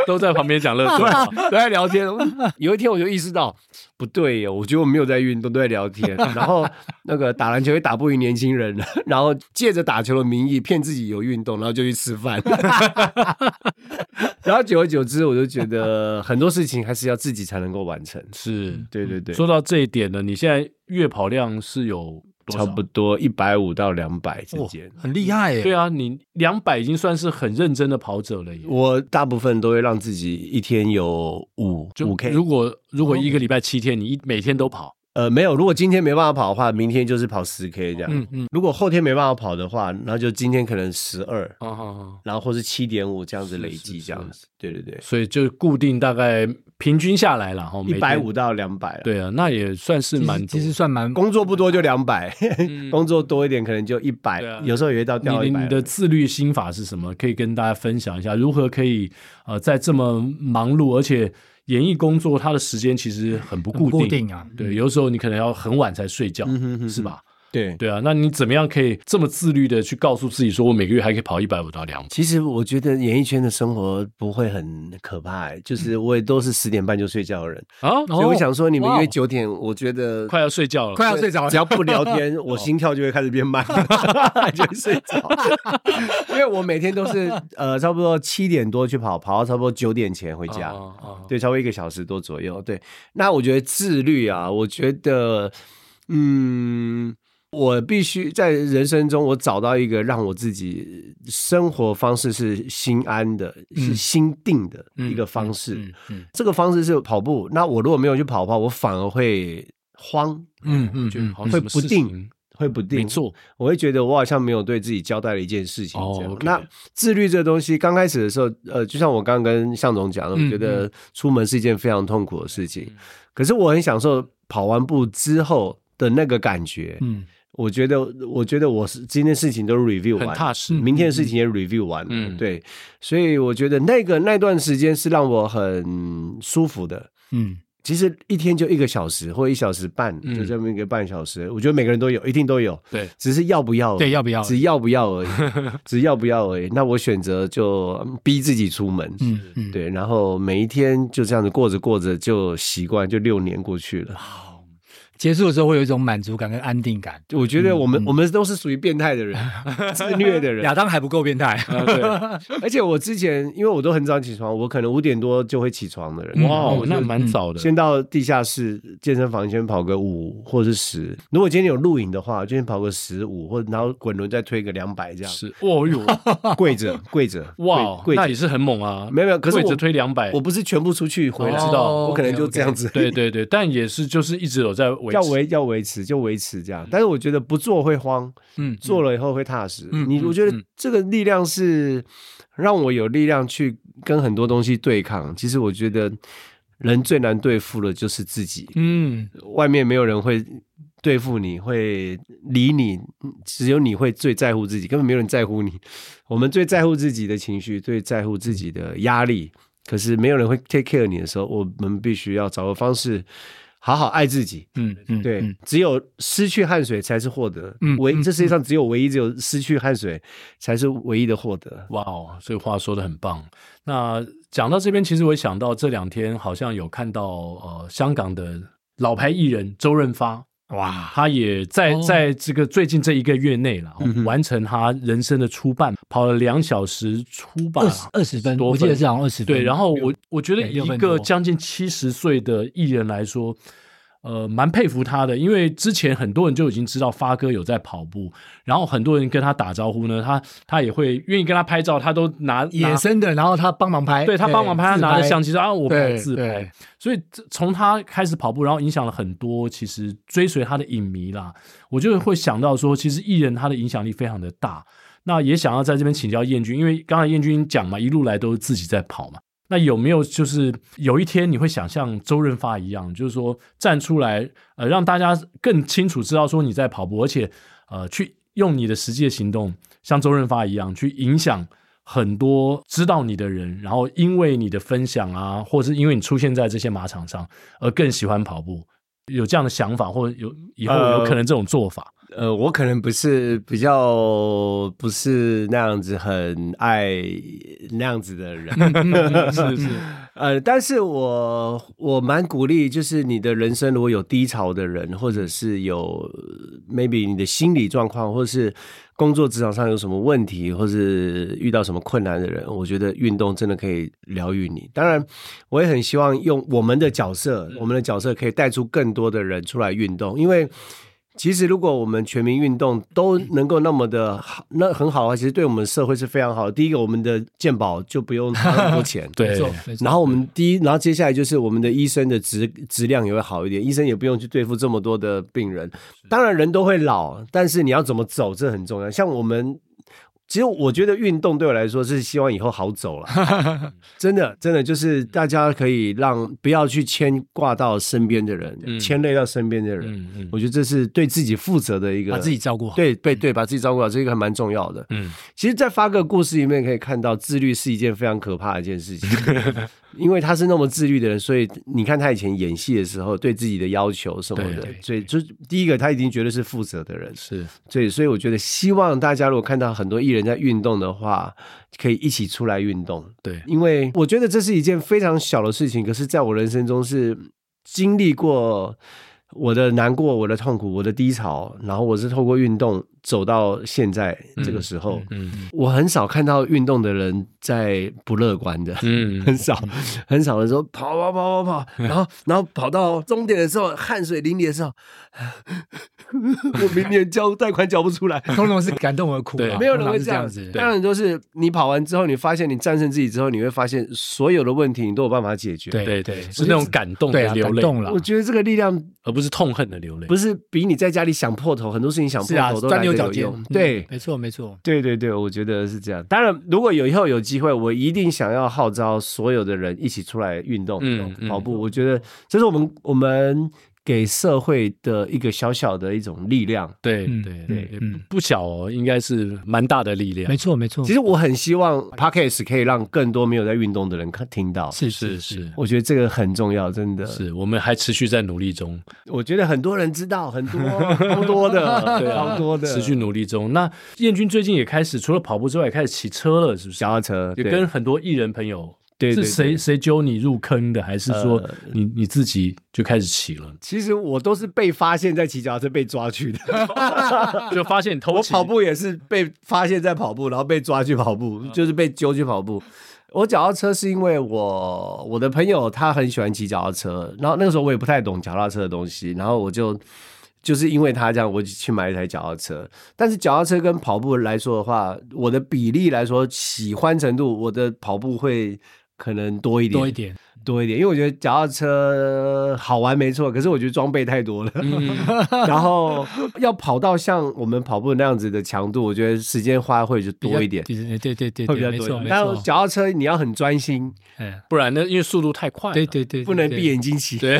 Speaker 3: 都在旁边讲乐色 话。
Speaker 5: 都在聊天。有一天我就意识到不对耶，我觉得我没有在运动，都在聊 天。然后那个打篮球也打不赢年轻人， 然后借着打球的名义骗自己有运动，然后就去吃 饭。 然后久而久之，我就觉得很多事情还是要自己才能够完成。
Speaker 3: 是，
Speaker 5: 对对嗯对，
Speaker 3: 嗯说到这一点呢，你现在月跑量是有多
Speaker 5: 差
Speaker 3: 少？
Speaker 5: 不多一百五到两百之
Speaker 4: 哦
Speaker 5: 间。
Speaker 4: 很厉害耶！
Speaker 3: 对啊，你两百已经算是很认真的跑者了耶。
Speaker 5: 我大部分都会让自己一天有五
Speaker 3: 就
Speaker 5: 五 K，
Speaker 3: 如果如果一个礼拜七天，你一每天都跑，
Speaker 5: 呃，没有，如果今天没办法跑的话，明天就是跑十 K 这样。
Speaker 4: 嗯嗯，
Speaker 5: 如果后天没办法跑的话，那就今天可能十二，
Speaker 3: 啊啊啊
Speaker 5: 然后或是七点五这样子累积
Speaker 3: 是是
Speaker 5: 这样子。对对对，
Speaker 3: 所以就固定大概平均下来了哈，每
Speaker 5: 一
Speaker 3: 天
Speaker 5: 百五。到两百。，
Speaker 3: 对啊，那也算是
Speaker 4: 其
Speaker 3: 蛮
Speaker 4: 实
Speaker 3: 多
Speaker 4: 其。实算蛮
Speaker 5: 工作不多就两百、
Speaker 3: 嗯
Speaker 5: 工作多一点可能就一百、
Speaker 3: 对啊
Speaker 5: 有时候也会到
Speaker 3: 你
Speaker 5: 掉一
Speaker 3: 你
Speaker 5: 百。
Speaker 3: 你的自律心法是什么？可以跟大家分享一下，如何可以呃在这么忙碌而且演艺工作，它的时间其实很不
Speaker 4: 很
Speaker 3: 固定，
Speaker 4: 固定啊，
Speaker 3: 对，有时候你可能要很晚才睡觉，是吧？
Speaker 5: 对。
Speaker 3: 对啊，那你怎么样可以这么自律的去告诉自己，说我每个月还可以跑一百五到两百？
Speaker 5: 其实我觉得演艺圈的生活不会很可怕、欸，就是我也都是十点半就睡觉的人，
Speaker 3: 啊，
Speaker 5: 所以我想说你们
Speaker 3: 嗯哇哦
Speaker 5: 约九点，我觉得
Speaker 3: 快要睡觉了，
Speaker 4: 快要睡着
Speaker 5: 只要
Speaker 4: 了，
Speaker 5: 不聊 天，我心跳就会开始变慢， 就会睡着。因为我每天都是呃，差不多七点多去跑，跑到差不多九点前回家，
Speaker 3: 哦哦
Speaker 5: 对，差不多一个小时多左右。对，那我觉得自律啊，我觉得，嗯，我必须在人生中，我找到一个让我自己生活方式是心安的、是心定的一个方式。
Speaker 4: 嗯嗯
Speaker 5: 这个方式是跑步。那我如果没有去跑跑，我反而会慌。
Speaker 4: 嗯嗯
Speaker 3: 就
Speaker 4: 嗯，
Speaker 3: 好像什么事情
Speaker 5: 会不定会不定
Speaker 3: 没错，
Speaker 5: 我会觉得我好像没有对自己交代了一件事情
Speaker 3: 哦
Speaker 5: 这样。
Speaker 3: OK
Speaker 5: 那自律这东西，刚开始的时候，呃，就像我刚刚跟向总讲的，
Speaker 4: 嗯
Speaker 5: 我觉得出门是一件非常痛苦的事情。
Speaker 3: 嗯
Speaker 5: 可是我很享受跑完步之后的那个感觉。
Speaker 4: 嗯，
Speaker 5: 我觉得，我觉得我是今天事情都 review
Speaker 3: 很
Speaker 5: 完，嗯
Speaker 3: 踏实。
Speaker 5: 明天的事情也 review 完了。
Speaker 3: 嗯
Speaker 5: 对，所以我觉得那个那段时间是让我很舒服的。
Speaker 4: 嗯，
Speaker 5: 其实一天就一个小时或一小时半，
Speaker 3: 嗯
Speaker 5: 就这么一个半小时，我觉得每个人都有，一定都有，
Speaker 3: 对，
Speaker 5: 只是要不要而已。
Speaker 4: 对，要不要？
Speaker 5: 只要不要 而已，只要不要而已。那我选择就嗯逼自己出门，
Speaker 4: 嗯嗯，
Speaker 5: 对，然后每一天就这样子过着过着就习惯，就六年过去了。
Speaker 4: 啊结束的时候会有一种满足感跟安定感。
Speaker 5: 我觉得我
Speaker 4: 嗯
Speaker 5: 们、我们都是属于变态的 人，自虐的人
Speaker 4: 亚。当还不够变态，
Speaker 3: 啊
Speaker 5: 嗯
Speaker 3: 对，
Speaker 5: 而且我之前因为我都很早起床，我可能五点多就会起床的人。
Speaker 3: 哇
Speaker 4: 嗯
Speaker 3: 哦
Speaker 4: 我，
Speaker 3: 那
Speaker 4: 就
Speaker 3: 蛮早的。
Speaker 5: 先到地下室健身房先跑个五或是十，如果今天有录影的话，就先跑个十五，或者然后滚轮再推个两百这样，
Speaker 3: 是，哦哟，
Speaker 5: 跪着跪着，
Speaker 3: 哇哦，
Speaker 5: 跪跪
Speaker 3: 那
Speaker 5: 着
Speaker 3: 也，是很猛啊。
Speaker 5: 没有没有，可是
Speaker 3: 跪
Speaker 5: 我
Speaker 3: 着推两百
Speaker 5: 我，不是全部出去回来，
Speaker 3: 我知道
Speaker 5: 我可能就这样子，
Speaker 3: 哦对对对，但也是就是一直有在维
Speaker 5: 要
Speaker 3: 持。
Speaker 5: 维要维持就维持这样。但是我觉得不做会慌，
Speaker 4: 嗯，嗯，
Speaker 5: 做了以后会踏实。
Speaker 4: 嗯
Speaker 5: 你
Speaker 4: 嗯
Speaker 5: 我觉得
Speaker 4: 嗯
Speaker 5: 这个力量是让我有力量去跟很多东西对抗。其实我觉得人最难对付的就是自己，
Speaker 4: 嗯
Speaker 5: 外面没有人会。对付你会理你，只有你会最在乎自己，根本没有人在乎你。我们最在乎自己的情绪，最在乎自己的压力，可是没有人会 take care 你的时候，我们必须要找个方式，好好爱自己。
Speaker 4: 嗯嗯，
Speaker 5: 对，
Speaker 4: 嗯
Speaker 5: 只有失去汗水才是获得。
Speaker 4: 嗯
Speaker 5: 唯
Speaker 4: 嗯
Speaker 5: 这世界上只有唯一只有失去汗水才是唯一的获得。
Speaker 3: 哇哦，这个话说的很棒。那讲到这边，其实我也想到这两天好像有看到呃香港的老牌艺人周润发，
Speaker 4: 哇，
Speaker 3: 他也在、
Speaker 4: 哦
Speaker 3: 在这个最近这一个月内了、哦
Speaker 5: 嗯哼
Speaker 3: 完成他人生的初半，跑了两小时初吧
Speaker 4: 二。十二十分，
Speaker 3: 多
Speaker 4: 我记得
Speaker 3: 分
Speaker 4: 是好像二十分。
Speaker 3: 对，然后我我觉得
Speaker 4: 对
Speaker 3: 以
Speaker 4: 六
Speaker 3: 一
Speaker 4: 分
Speaker 3: 个
Speaker 4: 多
Speaker 3: 将近七十岁的艺人来说，呃，蛮佩服他的，因为之前很多人就已经知道发哥有在跑步，然后很多人跟他打招呼呢，他他也会愿意跟他拍照，他都拿拿
Speaker 4: 野生的，然后他帮忙拍，
Speaker 3: 对他帮忙拍，他
Speaker 4: 自
Speaker 3: 拿着相机说啊，我拍
Speaker 4: 对
Speaker 3: 自拍
Speaker 4: 对。
Speaker 3: 所以这从他开始跑步，然后影响了很多其实追随他的影迷啦。我就会想到说，其实艺人他的影响力非常的大。那也想要在这边请教燕君，因为刚才燕君讲嘛，一路来都是自己在跑嘛。那有没有就是有一天你会想像周润发一样，就是说站出来，呃，让大家更清楚知道说你在跑步，而且呃，去用你的实际的行动，像周润发一样去影响很多知道你的人，然后因为你的分享啊，或是因为你出现在这些马场上，而更喜欢跑步，有这样的想法，或者有以后有可能这种做法，
Speaker 5: 呃，我可能不是比较不是那样子很爱那样子的人，
Speaker 3: 是
Speaker 4: 嗯
Speaker 3: 是，
Speaker 5: 呃，但是我我蛮鼓励，就是你的人生如果有低潮的人，或者是有呃 maybe 你的心理状况，或者是工作职场上有什么问题，或是遇到什么困难的人，我觉得运动真的可以疗愈你。当然，我也很希望用我们的角色，我们的角色可以带出更多的人出来运动，因为。其实，如果我们全民运动都能够那么的好，那很好啊。其实对我们社会是非常好的。第一个，我们的健保就不用花那么多钱，
Speaker 3: 对
Speaker 4: 没错，没错
Speaker 5: 然后我们第一，然后接下来就是我们的医生的质质量也会好一点，医生也不用去对付这么多的病人。当然人都会老，但是你要怎么走这很重要。像我们，其实我觉得运动对我来说是希望以后好走了， 真的真的就是大家可以让不要去牵挂到身边的人，
Speaker 3: 嗯
Speaker 5: 牵累到身边的人。
Speaker 3: 嗯嗯
Speaker 5: 我觉得这是对自己负责的一个，
Speaker 4: 把自己照顾好。
Speaker 5: 对对对，把自己照顾好，这个还蛮重要的。
Speaker 3: 嗯，
Speaker 5: 其实，在发哥故事里面可以看到，自律是一件非常可怕的一件事情。因为他是那么自律的人，所以你看他以前演戏的时候对自己的要求什么的
Speaker 3: 对对，
Speaker 5: 所以就第一个他已经觉得是负责的人，
Speaker 3: 是
Speaker 5: 所以所以我觉得希望大家如果看到很多艺人在运动的话，可以一起出来运动，
Speaker 3: 对
Speaker 5: 因为我觉得这是一件非常小的事情，可是在我人生中是经历过我的难过、我的痛苦、我的低潮，然后我是透过运动走到现在这个时候。
Speaker 3: 嗯
Speaker 5: 我很少看到运动的人在不乐观的。
Speaker 3: 嗯
Speaker 5: 很少，很少的时候跑跑跑跑跑， 然后然后跑到终点的时候，汗水淋漓的时候， 我明年交贷款缴不出来，
Speaker 4: 通常是感动而哭啊，
Speaker 3: 对
Speaker 5: 没有人
Speaker 4: 通常
Speaker 5: 会
Speaker 4: 是
Speaker 5: 这
Speaker 4: 这
Speaker 5: 样
Speaker 4: 样
Speaker 5: 子
Speaker 4: 子。。
Speaker 5: 当然，就是你跑完之后，你发现你战胜自己之后，你会发现所有的问题你都有办法解决。
Speaker 4: 对
Speaker 3: 对对，是那种感动
Speaker 4: 对
Speaker 3: 的
Speaker 4: 啊，
Speaker 3: 流
Speaker 4: 感
Speaker 3: 泪，
Speaker 4: 动了
Speaker 5: 我。觉得这个力量
Speaker 3: 而不是痛恨的流泪。
Speaker 5: 不
Speaker 3: 是，
Speaker 5: 是比你在家里想破头，很多事情想
Speaker 4: 是
Speaker 5: 破
Speaker 4: 啊，
Speaker 5: 头都
Speaker 4: 钻
Speaker 5: 来
Speaker 4: 牛
Speaker 5: 得
Speaker 4: 角
Speaker 5: 有
Speaker 4: 尖
Speaker 5: 用。。
Speaker 4: 嗯
Speaker 5: 对，
Speaker 4: 没错没错。
Speaker 5: 对对对，我觉得是这样。当然，如果有以后有机会，我一定想要号召所有的人一起出来运动，哦
Speaker 3: 嗯嗯
Speaker 5: 跑步。我觉得这是我们我们给社会的一个小小的一种力量。
Speaker 3: 对
Speaker 4: 嗯
Speaker 3: 对
Speaker 4: 对
Speaker 3: 对，
Speaker 4: 嗯
Speaker 3: 不小哦，应该是蛮大的力量
Speaker 4: 没。错，没错，
Speaker 5: 其实我很希望 podcast 可以让更多没有在运动的人看听到。
Speaker 4: 嗯是
Speaker 3: 是是
Speaker 5: 我觉得这个很重要，真的。
Speaker 3: 是，我们还持续在努力 中，
Speaker 5: 我觉得很多人知道，很 多超多的，
Speaker 3: 对啊
Speaker 5: 超多的，
Speaker 3: 持续努力中。那燕君最近也开始除了跑步之外，也开始骑车了，是不是？
Speaker 5: 脚踏车，
Speaker 3: 也
Speaker 5: 对
Speaker 3: 跟很多艺人朋友，
Speaker 5: 对对
Speaker 3: 是
Speaker 5: 对
Speaker 3: 谁谁揪你入坑的，还是说
Speaker 5: 呃？
Speaker 3: 你你自己就开始骑了
Speaker 5: 其实我都是被发现在骑脚踏车被抓去的。
Speaker 3: 就发现偷
Speaker 5: 我
Speaker 3: 骑
Speaker 5: 跑步也是被发现在跑步，然后被抓去跑步，就是被揪去跑步。我脚踏车是因为我我的朋友他很喜欢骑脚踏车，然后那个时候我也不太懂脚踏车的东西，然后我就就是因为他这样，我就去买一台脚踏车。但是脚踏车跟跑步来说的话，我的比例来说，喜欢程度，我的跑步会可能多一点，
Speaker 4: 多一点。
Speaker 5: 多一点，因为我觉得脚踏车好玩没错，可是我觉得装备太多了，
Speaker 4: 嗯
Speaker 5: 然后要跑到像我们跑步那样子的强度，我觉得时间花会就多一点，
Speaker 4: 比较对对对对
Speaker 5: 会比
Speaker 4: 对，
Speaker 5: 较
Speaker 4: 没
Speaker 5: 多
Speaker 4: 错
Speaker 5: 一点。
Speaker 4: 没
Speaker 5: 但
Speaker 4: 错，
Speaker 5: 脚踏车你要很专心，
Speaker 4: 嗯，
Speaker 3: 不然呢？因为速度太快了，啊
Speaker 4: 对对对，
Speaker 5: 不能
Speaker 4: 对
Speaker 5: 闭眼睛骑。
Speaker 3: 对，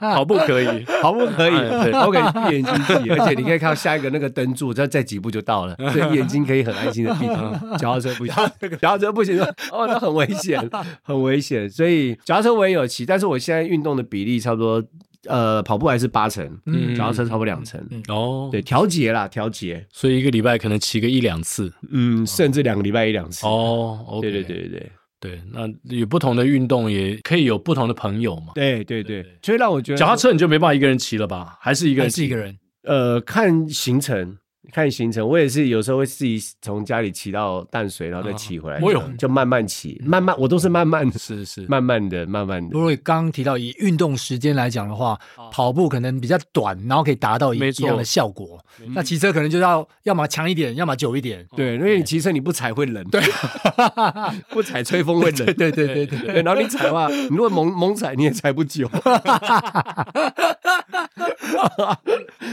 Speaker 3: 跑步可以，
Speaker 5: 跑步可以
Speaker 3: 哎 对
Speaker 5: ，OK，闭眼睛骑，而且你可以看到下一个那个灯柱，再再几步就到 了，所以眼睛可以很安心的闭上。脚踏车不行， 脚踏车不行， 哦，那很危险，很危险。所以脚踏车我也有骑，但是我现在运动的比例差不多，呃，跑步还是八成，
Speaker 3: 嗯
Speaker 5: 脚踏 车超过两成，
Speaker 3: 哦，
Speaker 5: 对，调节啦，调节，
Speaker 3: 所以一个礼拜可能骑个一两次，
Speaker 5: 嗯，甚至两个礼拜一两次。
Speaker 3: 哦，OK，
Speaker 5: 对对对对
Speaker 3: 对，那有不同的运动也可以有不同的朋友嘛。
Speaker 5: 对对对对，所以让我觉得
Speaker 3: 脚踏车你就没办法一个人骑了吧？还是一个
Speaker 4: 还
Speaker 3: 人
Speaker 4: 是
Speaker 3: 骑？
Speaker 4: 一个人，
Speaker 5: 呃，看行程，看行程，我也是有时候会自己从家里骑到淡水，然后再骑回来。
Speaker 3: 哦哎呦
Speaker 5: 就慢慢骑，慢慢，我都是慢慢的，
Speaker 3: 是是，
Speaker 5: 慢慢的，慢慢的
Speaker 4: 如。果刚刚提到以运动时间来讲的话，跑步可能比较短，然后可以达到一
Speaker 3: 哦没
Speaker 4: 一
Speaker 3: 错
Speaker 4: 样的效果。那骑车可能就要要么强一点，要么久一点。
Speaker 5: 对，因为你骑车你不踩会冷，对， 不踩吹风会冷， 对对对对对。然后你踩的话，你如果猛猛踩你也踩不久。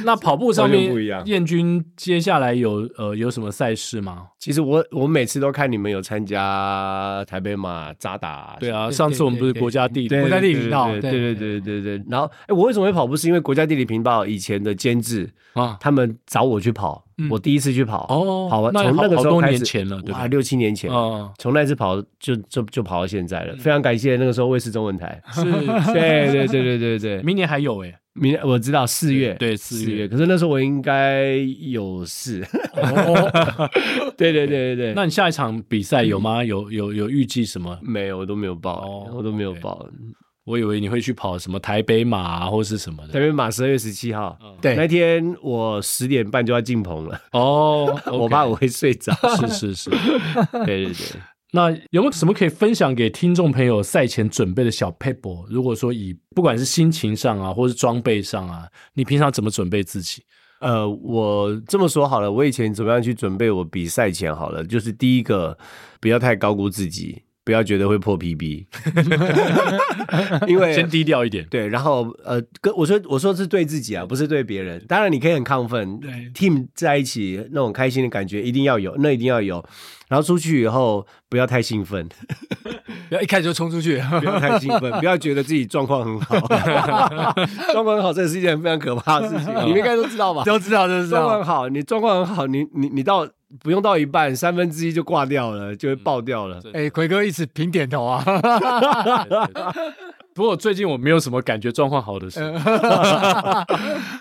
Speaker 3: 那跑步上
Speaker 5: 完
Speaker 3: 面
Speaker 5: 全不一样
Speaker 3: 燕君接下来有呃有什么赛事吗？
Speaker 5: 其实我我每次都看你们有参加台北马扎达，
Speaker 3: 对
Speaker 5: 啊。
Speaker 3: 啊，
Speaker 4: 对
Speaker 3: 上次我们不是国家地理
Speaker 5: 对
Speaker 4: 国家地理频道
Speaker 5: 对
Speaker 4: 对
Speaker 5: 对对对对对。然后，哎，我为什么会跑步？是因为国家地理频道以前的监制，
Speaker 3: 啊？
Speaker 5: 他们找我去跑，我第一次去跑，
Speaker 3: 嗯哦
Speaker 5: 跑完
Speaker 3: 那
Speaker 5: 从
Speaker 3: 好
Speaker 5: 那个
Speaker 3: 好
Speaker 5: 时候
Speaker 3: 多
Speaker 5: 开始
Speaker 3: 年前了对吧
Speaker 5: 哇，六七年前，
Speaker 3: 啊，
Speaker 5: 从那次跑就就就跑到现在
Speaker 3: 嗯
Speaker 5: 了，非常感谢那个时候卫视中文 台。
Speaker 3: 是，
Speaker 5: 对对对对对对，
Speaker 3: 明年还有哎，
Speaker 5: 明我知道四月，
Speaker 3: 对四
Speaker 5: 四
Speaker 3: 月
Speaker 5: 月，可是那时候我应该有事。 对对对对对，
Speaker 3: 哦那你下一场比赛有
Speaker 5: 嗯
Speaker 3: 吗？有有有预计什么？
Speaker 5: 没有，我都没有报
Speaker 3: 哦，
Speaker 5: 我都没有
Speaker 3: OK
Speaker 5: 报。
Speaker 3: 我以为你会去跑什么台北马啊或是什么
Speaker 5: 台
Speaker 3: 的。
Speaker 5: 北马十二月十七号，
Speaker 3: 嗯
Speaker 4: 对
Speaker 5: 那天我十点半就要进棚了，
Speaker 3: 哦，
Speaker 5: 我怕我会睡着。
Speaker 3: 是是是。
Speaker 5: 对对对，
Speaker 3: 那有没有什么可以分享给听众朋友赛前准备的小 paper？如果说以不管是心情上啊，或是装备上啊，你平常怎么准备自己？
Speaker 5: 呃，我这么说好了，我以前怎么样去准备我比赛前好了，就是第一个，不要太高估自己，不要觉得会破 PB，因为
Speaker 3: 先。低调一点。
Speaker 5: 对，然后呃，跟我说我说是对自己啊，不是对别人。当然你可以很亢奋，team 在一起那种开心的感觉一定要有，那一定要有。然后出去以后不要太兴奋，
Speaker 4: 不要一开始就冲出去。
Speaker 5: 不要太兴奋，不要觉得自己状况很好， 状况很好，这
Speaker 3: 嗯
Speaker 5: 是一件非常可怕的事情，你们应该都知道吧？
Speaker 4: 哦都知道，都知
Speaker 3: 哦
Speaker 5: 状况
Speaker 4: 道
Speaker 5: 很。好，你状况很好，你你你到不用到一半，三分之一就挂掉了，就会爆掉了。
Speaker 3: 嗯真的
Speaker 4: 哎、奎哥一直平点头啊，
Speaker 3: 对对对不过最近我没有什么感觉状况好的事，
Speaker 4: 哦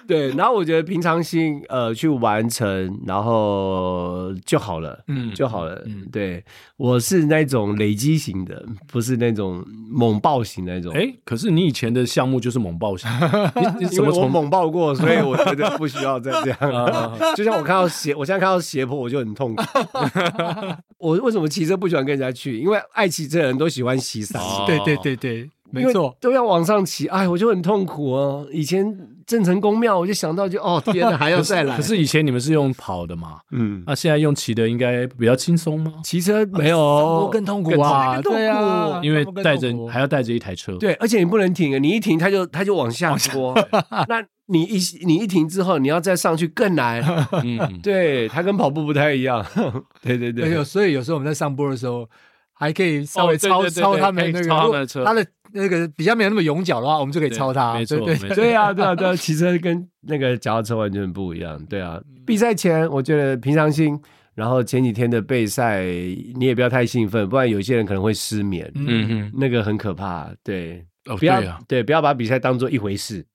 Speaker 5: 对，然后我觉得平常心呃去完成，然后就好了。
Speaker 3: 嗯
Speaker 5: 就好了。
Speaker 4: 嗯
Speaker 5: 对，我是那种累积型的，不是那种猛爆型那种。
Speaker 3: 哎、可是你以前的项目就是猛爆 型，你你
Speaker 5: 因
Speaker 3: 怎
Speaker 5: 为
Speaker 3: 么
Speaker 5: 我
Speaker 3: 从
Speaker 5: 猛爆过，所以我觉得不需要再这
Speaker 3: 啊
Speaker 5: 样。 就像我看到斜，我现在看到斜坡我就很痛苦。 我为什么骑车不喜欢跟人家去？因为爱骑车的人都喜欢骑山路，
Speaker 3: 哦
Speaker 4: 对对对对，没
Speaker 5: 因为
Speaker 4: 错，
Speaker 5: 都要往上骑。哎，我就很痛苦哦。以前郑成功庙，我就想到就哦天哪，还 要再来
Speaker 3: 可。是以前你们是用跑的嘛，
Speaker 5: 嗯，
Speaker 3: 那、现在用骑的应该比较轻松吗？
Speaker 5: 骑车没有
Speaker 4: 我更痛苦啊，
Speaker 5: 更痛苦
Speaker 4: 对啊，
Speaker 3: 因为
Speaker 4: 更痛苦
Speaker 3: 带着还要带着一台车，，
Speaker 5: 对，而且你不能停啊，你一停它就它就往下拖。那你一你一停之后，你要再上去更难。
Speaker 3: 嗯，
Speaker 5: 对，它跟跑步不太一样。 对对
Speaker 4: 对，有
Speaker 5: 对，
Speaker 4: 所以有时候我们在上播的时候，还可以稍
Speaker 3: 哦
Speaker 4: 微
Speaker 3: 对
Speaker 4: 超
Speaker 3: 对对
Speaker 4: 超
Speaker 3: 对
Speaker 4: 他们
Speaker 3: 可以
Speaker 4: 那个，
Speaker 3: 超他
Speaker 4: 如果
Speaker 3: 们的车
Speaker 4: 他的那个比较没有那么勇脚的话，我们就可以
Speaker 3: 对
Speaker 4: 超他，
Speaker 3: 没错
Speaker 4: 对对
Speaker 3: 没错
Speaker 5: 对啊，对啊，对啊，骑车跟那个脚踏车完全不一样。对啊，
Speaker 4: 嗯
Speaker 5: 比赛前我觉得平常心，然后前几天的备赛你也不要太兴奋，不然有些人可能会失眠，
Speaker 3: 嗯嗯，
Speaker 5: 那个很可怕。对，
Speaker 3: 哦，
Speaker 5: 不
Speaker 3: 对
Speaker 5: 要
Speaker 3: 啊，
Speaker 5: 对，不要把比赛当做一回事。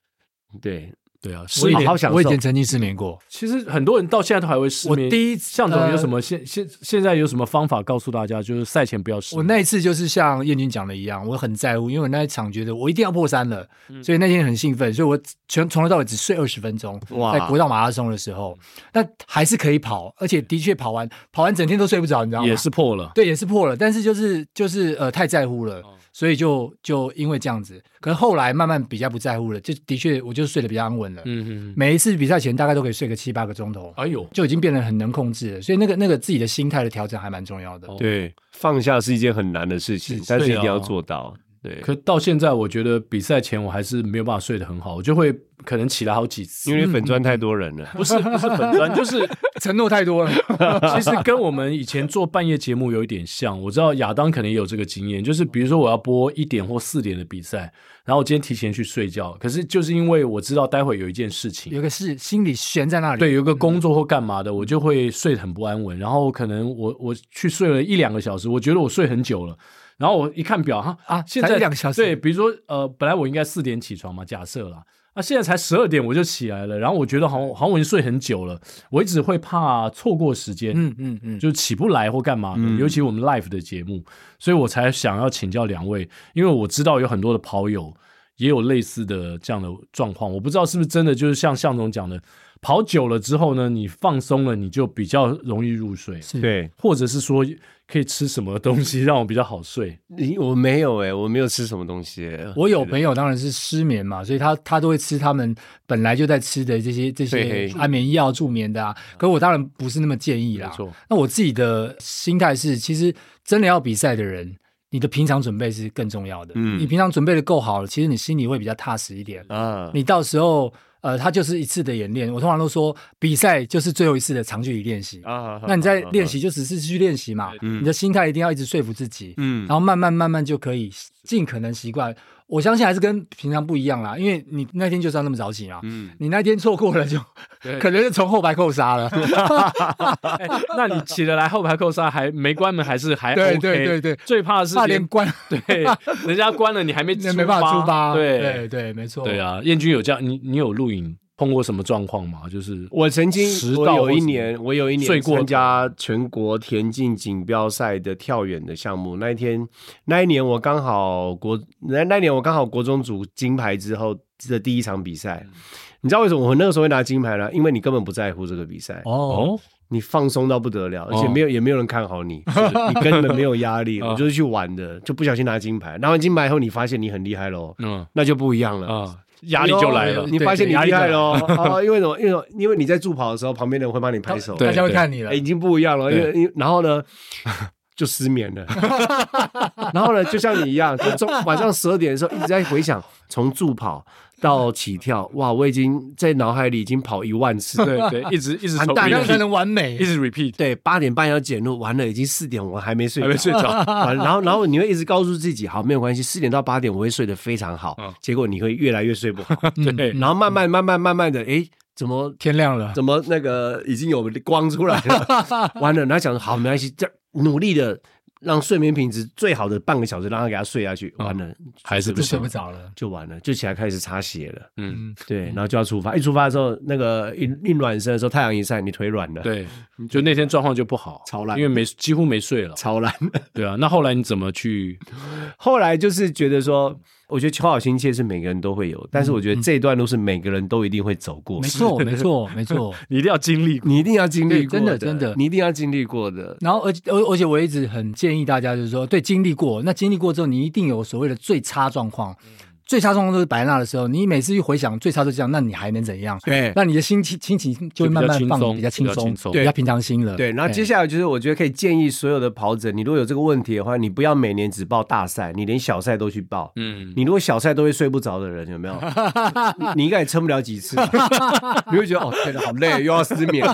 Speaker 5: 对，
Speaker 3: 对啊，失
Speaker 4: 我以
Speaker 5: 好
Speaker 3: 眠
Speaker 5: 好
Speaker 4: 前
Speaker 5: 享
Speaker 4: 我以前
Speaker 5: 受
Speaker 4: 曾经失眠过，
Speaker 3: 其实很多人到现在都还会失
Speaker 4: 我
Speaker 3: 眠。
Speaker 4: 第一
Speaker 3: 向总有什
Speaker 4: 呃
Speaker 3: 么现现现在有什么方法告诉大家，就是赛前不要失
Speaker 4: 我
Speaker 3: 眠？
Speaker 4: 那一次就是像燕君讲的一样，我很在乎，因为我那一场觉得我一定要破三了，
Speaker 3: 嗯
Speaker 4: 所以那天很兴奋，所以我全从头到尾只睡二十分钟。
Speaker 5: 哇
Speaker 4: 在国道马拉松的时候，
Speaker 3: 嗯
Speaker 4: 但还是可以跑，而且的确跑完跑完整天都睡不着，你知道吗？
Speaker 3: 也是破了，
Speaker 4: 对，也是破了，但是就是就是呃太在乎了，
Speaker 3: 哦
Speaker 4: 所以就就因为这样子，可是后来慢慢比较不在乎了，就的确我就睡得比较安稳了。
Speaker 3: 嗯嗯，
Speaker 4: 每一次比赛前大概都可以睡个七八个钟头，
Speaker 3: 哎呦，
Speaker 4: 就已经变得很能控制了，所以那个那个自己的心态的调整还蛮重要的。
Speaker 3: 哦
Speaker 5: 对，放下是一件很难的事情
Speaker 3: 是，
Speaker 5: 但是一
Speaker 3: 对啊
Speaker 5: 定要做到。对，
Speaker 3: 可到现在我觉得比赛前我还是没有办法睡得很好，我就会可能起来好几次，
Speaker 5: 因为粉砖太多人了。
Speaker 3: 不是不是粉砖，就是
Speaker 4: 承诺太多了，
Speaker 3: 其实跟我们以前做半夜节目有一点像，我知道亚当可能也有这个经验，就是比如说我要播一点或四点的比赛，然后我今天提前去睡觉，可是就是因为我知道待会有一件事情
Speaker 4: 有，个是心里悬在那里。
Speaker 3: 对，有一个工作或干嘛的，我就会睡得很不安稳，然后可能我我去睡了一两个小时，我觉得我睡很久了。然后我一看表，哈
Speaker 4: 啊
Speaker 3: 现
Speaker 4: 才
Speaker 3: 在
Speaker 4: 一两个小时
Speaker 3: 对，比如说呃，本来我应该四点起床嘛，假设啦，那、现在才十二点我就起来了，然后我觉得好像好像我已经睡很久了，我一直会怕错过时间，
Speaker 4: 嗯，嗯嗯
Speaker 3: 就起不来或干嘛的，尤其我们 live 的节目，所以我才想要请教两位，因为我知道有很多的跑友也有类似的这样的状况，我不知道是不是真的就是像向总讲的，跑久了之后呢，你放松了，你就比较容易入睡，
Speaker 4: 是
Speaker 5: 对，
Speaker 3: 或 者是说可以吃什么东西让我比较好 睡，
Speaker 5: 你我没有哎、我没有吃什么东西、欸。
Speaker 4: 我有朋友当然是失眠嘛，所以他他都会吃他们本来就在吃的这些这些
Speaker 5: 对
Speaker 4: 安眠药助眠的啊。可我当然不是那么建议啦
Speaker 3: 嗯没错。
Speaker 4: 那我自己的心态是，其实真的要比赛的人，你的平常准备是更重要的。
Speaker 5: 嗯
Speaker 4: 你平常准备的够好了，其实你心里会比较踏实一
Speaker 3: 嗯
Speaker 4: 点。
Speaker 5: 啊，
Speaker 4: 你到时候呃，它就是一次的演练。我通常都说，比赛就是最后一次的长距离练
Speaker 3: 嗯
Speaker 4: 习。
Speaker 5: 啊，
Speaker 4: 那你在练习就只是去练习嘛，
Speaker 5: 嗯
Speaker 4: 你的心态一定要一直说服自己。
Speaker 5: 嗯
Speaker 4: 然后慢慢慢慢就可以尽可能习惯。我相信还是跟平常不一样啦，因为你那天就是要那么早起嘛，
Speaker 5: 嗯，
Speaker 4: 你那天错过了就可能就从后排扣 杀了。
Speaker 3: 哎那你起得来后排扣杀还没关门还是还
Speaker 4: 对
Speaker 3: OK，
Speaker 4: 对对对
Speaker 3: 最怕的是
Speaker 4: 差点关，
Speaker 3: 对人家关了你还没
Speaker 4: 那没办法出发。
Speaker 3: 对
Speaker 4: 对对，没错。
Speaker 3: 对，啊，燕君有这样，你你有录影碰过什么状况吗？就是
Speaker 5: 我曾经
Speaker 3: 迟
Speaker 5: 我
Speaker 3: 到
Speaker 5: 有
Speaker 3: 或
Speaker 5: 一
Speaker 3: 什么
Speaker 5: 年，我有一
Speaker 3: 睡
Speaker 5: 年
Speaker 3: 过
Speaker 5: 参加全国田径锦标赛的跳远的项目。那一天，那一年我刚好国那那一年我刚好国中组金牌之后的第一场比赛。你知道为什么我那个时候会拿金牌呢？因为你根本不在乎这个比赛，
Speaker 4: 哦，
Speaker 3: 哦，
Speaker 5: 你放松到不得了，而
Speaker 3: 哦
Speaker 5: 且没有、也没有人看好 你，你根本没有压力。
Speaker 3: 啊
Speaker 5: 我就是去玩的，就不小心拿金牌。拿完金牌以后，你发现你很厉害喽，
Speaker 3: 嗯
Speaker 5: 那就不一样了。
Speaker 3: 啊，压力就来了
Speaker 5: 哎呦。你发现你
Speaker 4: 对对
Speaker 5: 厉 害了哦，哦因为什么？因为什么因为你在助跑的时候，旁边的人会帮你拍手，
Speaker 3: 对
Speaker 4: 大家会看你了
Speaker 5: 哎，已。经不一样了。因为因为然后呢， 就失眠了。 然后呢，就像你一样，就中晚上十二点的时候一直在回想，从助跑到起跳，哇，我已经在脑海里已经跑一万次。
Speaker 3: 对对，一直一直
Speaker 5: 完
Speaker 3: 重
Speaker 5: 蛋
Speaker 4: 怎样才
Speaker 3: repeat，
Speaker 4: 能完美
Speaker 3: 一？直 repeat，
Speaker 5: 对， 八点半要检录，完了已经四点，我还没睡着，
Speaker 3: 还没睡着
Speaker 5: 完了然后，然后你会一直告诉自己，好，没有关系，四点到八点我会睡得非常好。
Speaker 3: 嗯
Speaker 5: 结果你会越来越睡不好。
Speaker 3: 对嗯
Speaker 5: 然后慢慢慢慢慢慢的，哎，怎么
Speaker 4: 天亮了，
Speaker 5: 怎么那个已经有光出来了， 完了，他想好没关系，这努力的让睡眠品质最好的半个小时，让他给他睡下去，完了
Speaker 3: 还是不
Speaker 4: 就睡
Speaker 3: 行
Speaker 4: 哦不。着了。
Speaker 5: 就完了，就起来开始擦血 了。
Speaker 3: 嗯，
Speaker 4: 嗯，
Speaker 5: 对，然后就要出发。一出发的时候，那个一一暖身的时候，太阳一晒，你腿软了，，
Speaker 3: 对，就那天状况就不好，
Speaker 5: 嗯超烂
Speaker 3: 因为没几乎没睡了。
Speaker 5: 超烂。
Speaker 3: 对啊，那后来你怎么去？
Speaker 5: 后来就是觉得说，我觉得求好心切是每个人都会有，但是我觉得这一段路是每个人都一定会走过，
Speaker 4: 嗯没错，没错，没错。
Speaker 3: 你一定要经历过。
Speaker 5: 你一定要经历
Speaker 4: 对
Speaker 5: 过
Speaker 4: 真的真的
Speaker 5: 你一定要经历过的。
Speaker 4: 然后，而且而而且我一直很建议大家，就是说，对，经历过，那经历过之后，你一定有所谓的最差状况。
Speaker 5: 嗯
Speaker 4: 最差状况都是白纳的时候，你每次一回想最差就这样，那你还能怎样？
Speaker 5: 对
Speaker 4: 那你的心情心情就会慢慢放比较轻
Speaker 3: 比较轻
Speaker 4: 松，
Speaker 3: 松
Speaker 4: 比较平常心了。
Speaker 5: 对，然后接下来就是我觉得可以建议所有的跑者，你如果有这个问题的话，你不要每年只报大赛，你连小赛都去报。
Speaker 3: 嗯，
Speaker 5: 你如果小赛都会睡不着的人，有没有？你你应该也撑不了几次，你会觉得哦，天哪，好累，又要失 眠了，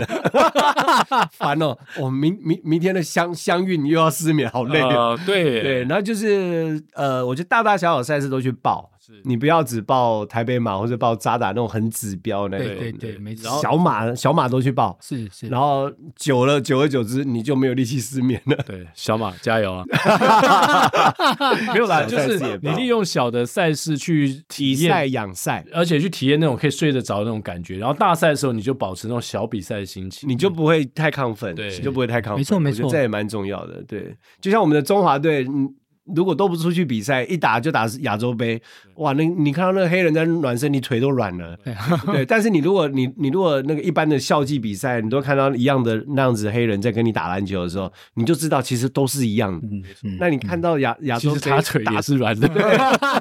Speaker 5: 烦哦。我、明明明天的相相遇，你又要失眠，好累哦。
Speaker 3: 呃，对
Speaker 5: 对，，然后就是呃，我觉得大大小小赛事都去报，你不要只报台北马或者报扎达那种很指标那种
Speaker 4: 对
Speaker 5: 的，
Speaker 4: 对对，没
Speaker 3: 然后
Speaker 4: 错，
Speaker 5: 小马小马都去报，
Speaker 4: 是是。
Speaker 5: 然后久了，久而久之，你就没有力气失眠了。
Speaker 3: 对，小马加 油啊！
Speaker 5: 没有啦，
Speaker 3: 就
Speaker 5: 就是是
Speaker 3: 你利用小的赛事去 体
Speaker 5: 比赛
Speaker 3: 验，嗯
Speaker 5: 养赛，
Speaker 3: 而且去体验那种可以睡得着的那种感觉。然后大赛的时候，你就保持那种小比赛的心情。
Speaker 5: 你就不会太亢奋，
Speaker 3: 对
Speaker 5: 你就不会太亢奋。
Speaker 4: 没错没
Speaker 5: 我觉得
Speaker 4: 错
Speaker 5: 这也蛮重要的。对，就像我们的中华队，嗯如果都不出去比赛，一打就打亚洲杯，哇，那你看到那个黑人在暖身，你腿都软了。对，但是你如果你你如果那个一般的校际比赛，你都看到一样的那样子的黑人在跟你打篮球的时候，你就知道其实都是一样的。
Speaker 4: 嗯嗯
Speaker 5: 那你看到亚亚
Speaker 3: 其
Speaker 5: 洲
Speaker 3: 实
Speaker 5: 杯
Speaker 3: 他腿
Speaker 5: 打
Speaker 3: 也是软的，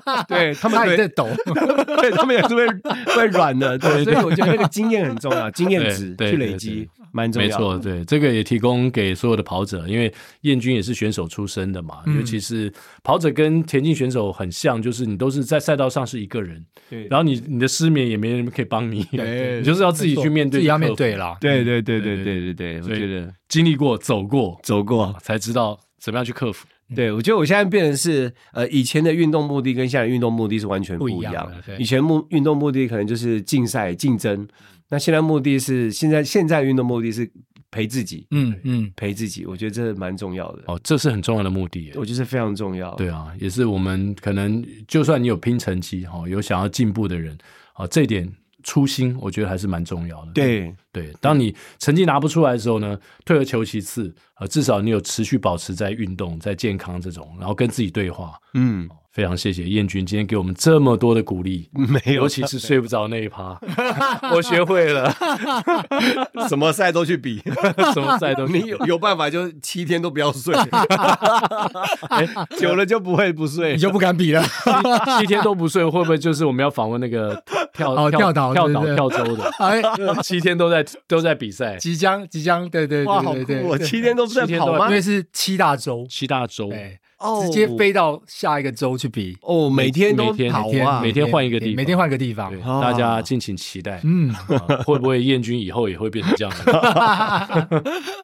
Speaker 4: 啊
Speaker 5: 对他们
Speaker 4: 他也
Speaker 5: 腿
Speaker 4: 在 抖，
Speaker 5: 对他们也是会会软的，对，所以我觉得那个经验很重要，经验值
Speaker 3: 对对
Speaker 5: 去累积蛮重
Speaker 3: 没
Speaker 5: 要的。
Speaker 3: 错，对，这个也提供给所有的跑者，因为燕军也是选手出身的嘛，
Speaker 4: 嗯
Speaker 3: 尤其是跑者跟田径选手很像，就是你都是在赛道上是一个人，
Speaker 5: 对
Speaker 3: 然后你你的失眠也没人可以帮你，
Speaker 5: 对
Speaker 3: 你就是要自己去面对，
Speaker 4: 自己要面对。啦。
Speaker 5: 对对对
Speaker 3: 对
Speaker 5: 对对对对，我
Speaker 3: 所以
Speaker 5: 觉得
Speaker 3: 经历过、走过，
Speaker 5: 走过。
Speaker 3: 才知道怎么样去克服。
Speaker 5: 对，我觉得我现在变成是，呃，以前的运动目的跟现在的运动目的是完全不一样。
Speaker 4: 不一样了对
Speaker 5: 以前目运动目的可能就是竞赛竞争，那现在目的是现在现在运动目的是陪自己，
Speaker 4: 嗯嗯，
Speaker 5: 陪自己，我觉得这蛮重要的。
Speaker 3: 哦，这是很重要的目的耶。
Speaker 5: 我觉得是非常重要。
Speaker 3: 对啊，也是我们可能就算你有拼成绩哈、哦，有想要进步的人啊、哦，这一点初心我觉得还是蛮重要的。
Speaker 5: 对
Speaker 3: 对，当你成绩拿不出来的时候呢，退而求其次啊、呃至少你有持续保持在运动、在健康这种，然后跟自己对话。
Speaker 5: 嗯，
Speaker 3: 非常谢谢燕君今天给我们这么多的鼓励，
Speaker 5: 没有
Speaker 3: 尤其是睡不着那一 趴，我学会了，
Speaker 5: 什么赛都去比，
Speaker 3: 什么赛都
Speaker 5: 你有有办法就七天都不 要睡，哎久了就不会不睡
Speaker 4: 你。就不敢比 了。
Speaker 3: 七天都不睡，会不会就是我们要访问那个跳
Speaker 4: 哦跳岛
Speaker 3: 跳
Speaker 4: 对
Speaker 3: 岛
Speaker 4: 对
Speaker 3: 跳州的？
Speaker 4: 哎，
Speaker 3: 七天都在都在比赛，
Speaker 4: 即将即将，对对
Speaker 5: 哇，
Speaker 4: 对
Speaker 5: 好
Speaker 4: 对对
Speaker 5: 酷！我
Speaker 4: 对
Speaker 5: 七天都不在
Speaker 3: 七天
Speaker 5: 跑
Speaker 3: 都在啊
Speaker 5: 吗
Speaker 4: 因？为是七大洲，
Speaker 3: 七大洲，
Speaker 4: 对，
Speaker 5: 哦
Speaker 4: 直接飞到下一个州去比。
Speaker 5: 哦，每天都
Speaker 3: 每天
Speaker 5: 跑
Speaker 3: 每
Speaker 5: 啊，
Speaker 3: 每天换一个地
Speaker 4: 对
Speaker 3: 方
Speaker 4: 每天换一个地方
Speaker 3: 对，。
Speaker 5: 啊
Speaker 3: 大家敬请期待，
Speaker 4: 嗯，
Speaker 3: 啊会不会燕军以后也会变成这样 的？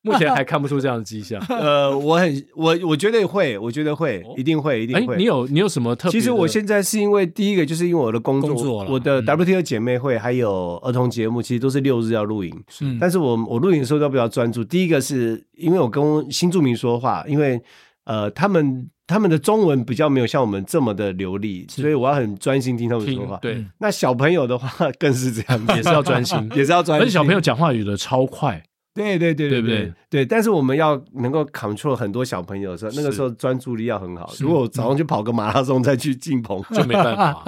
Speaker 3: 目前还看不出这样的迹象。
Speaker 5: 呃，我很我我觉得会，我觉得会，一定会，一
Speaker 3: 哎
Speaker 5: 定，会。
Speaker 3: 你有你有什么特别的？
Speaker 5: 其实我现在是因为第一个，就是因为我的工作，
Speaker 4: 工作啦
Speaker 5: 我
Speaker 3: 嗯
Speaker 5: 的 WTO 姐妹会还有儿童节目，其实都是六日要录影。
Speaker 4: 嗯
Speaker 5: 但是我我录影的时候都比较专注。第一个是因为我跟新住民说话，因为呃他们他们的中文比较没有像我们这么的流利，所以我要很专心听他们说嗯
Speaker 3: 听
Speaker 5: 话。
Speaker 3: 对，
Speaker 5: 那小朋友的话更是这 样，，
Speaker 3: 也是要专心
Speaker 5: 也是要专
Speaker 3: 而
Speaker 5: 心。
Speaker 3: 且小朋友讲话有的超快，
Speaker 5: 对对对
Speaker 3: 对不
Speaker 5: 对
Speaker 3: 对
Speaker 5: 对，但是我们要能够 control 很多小朋友的时候，那个时候专注力要很好。如果我早上去跑个马拉松再去进棚，
Speaker 3: 就没办 法。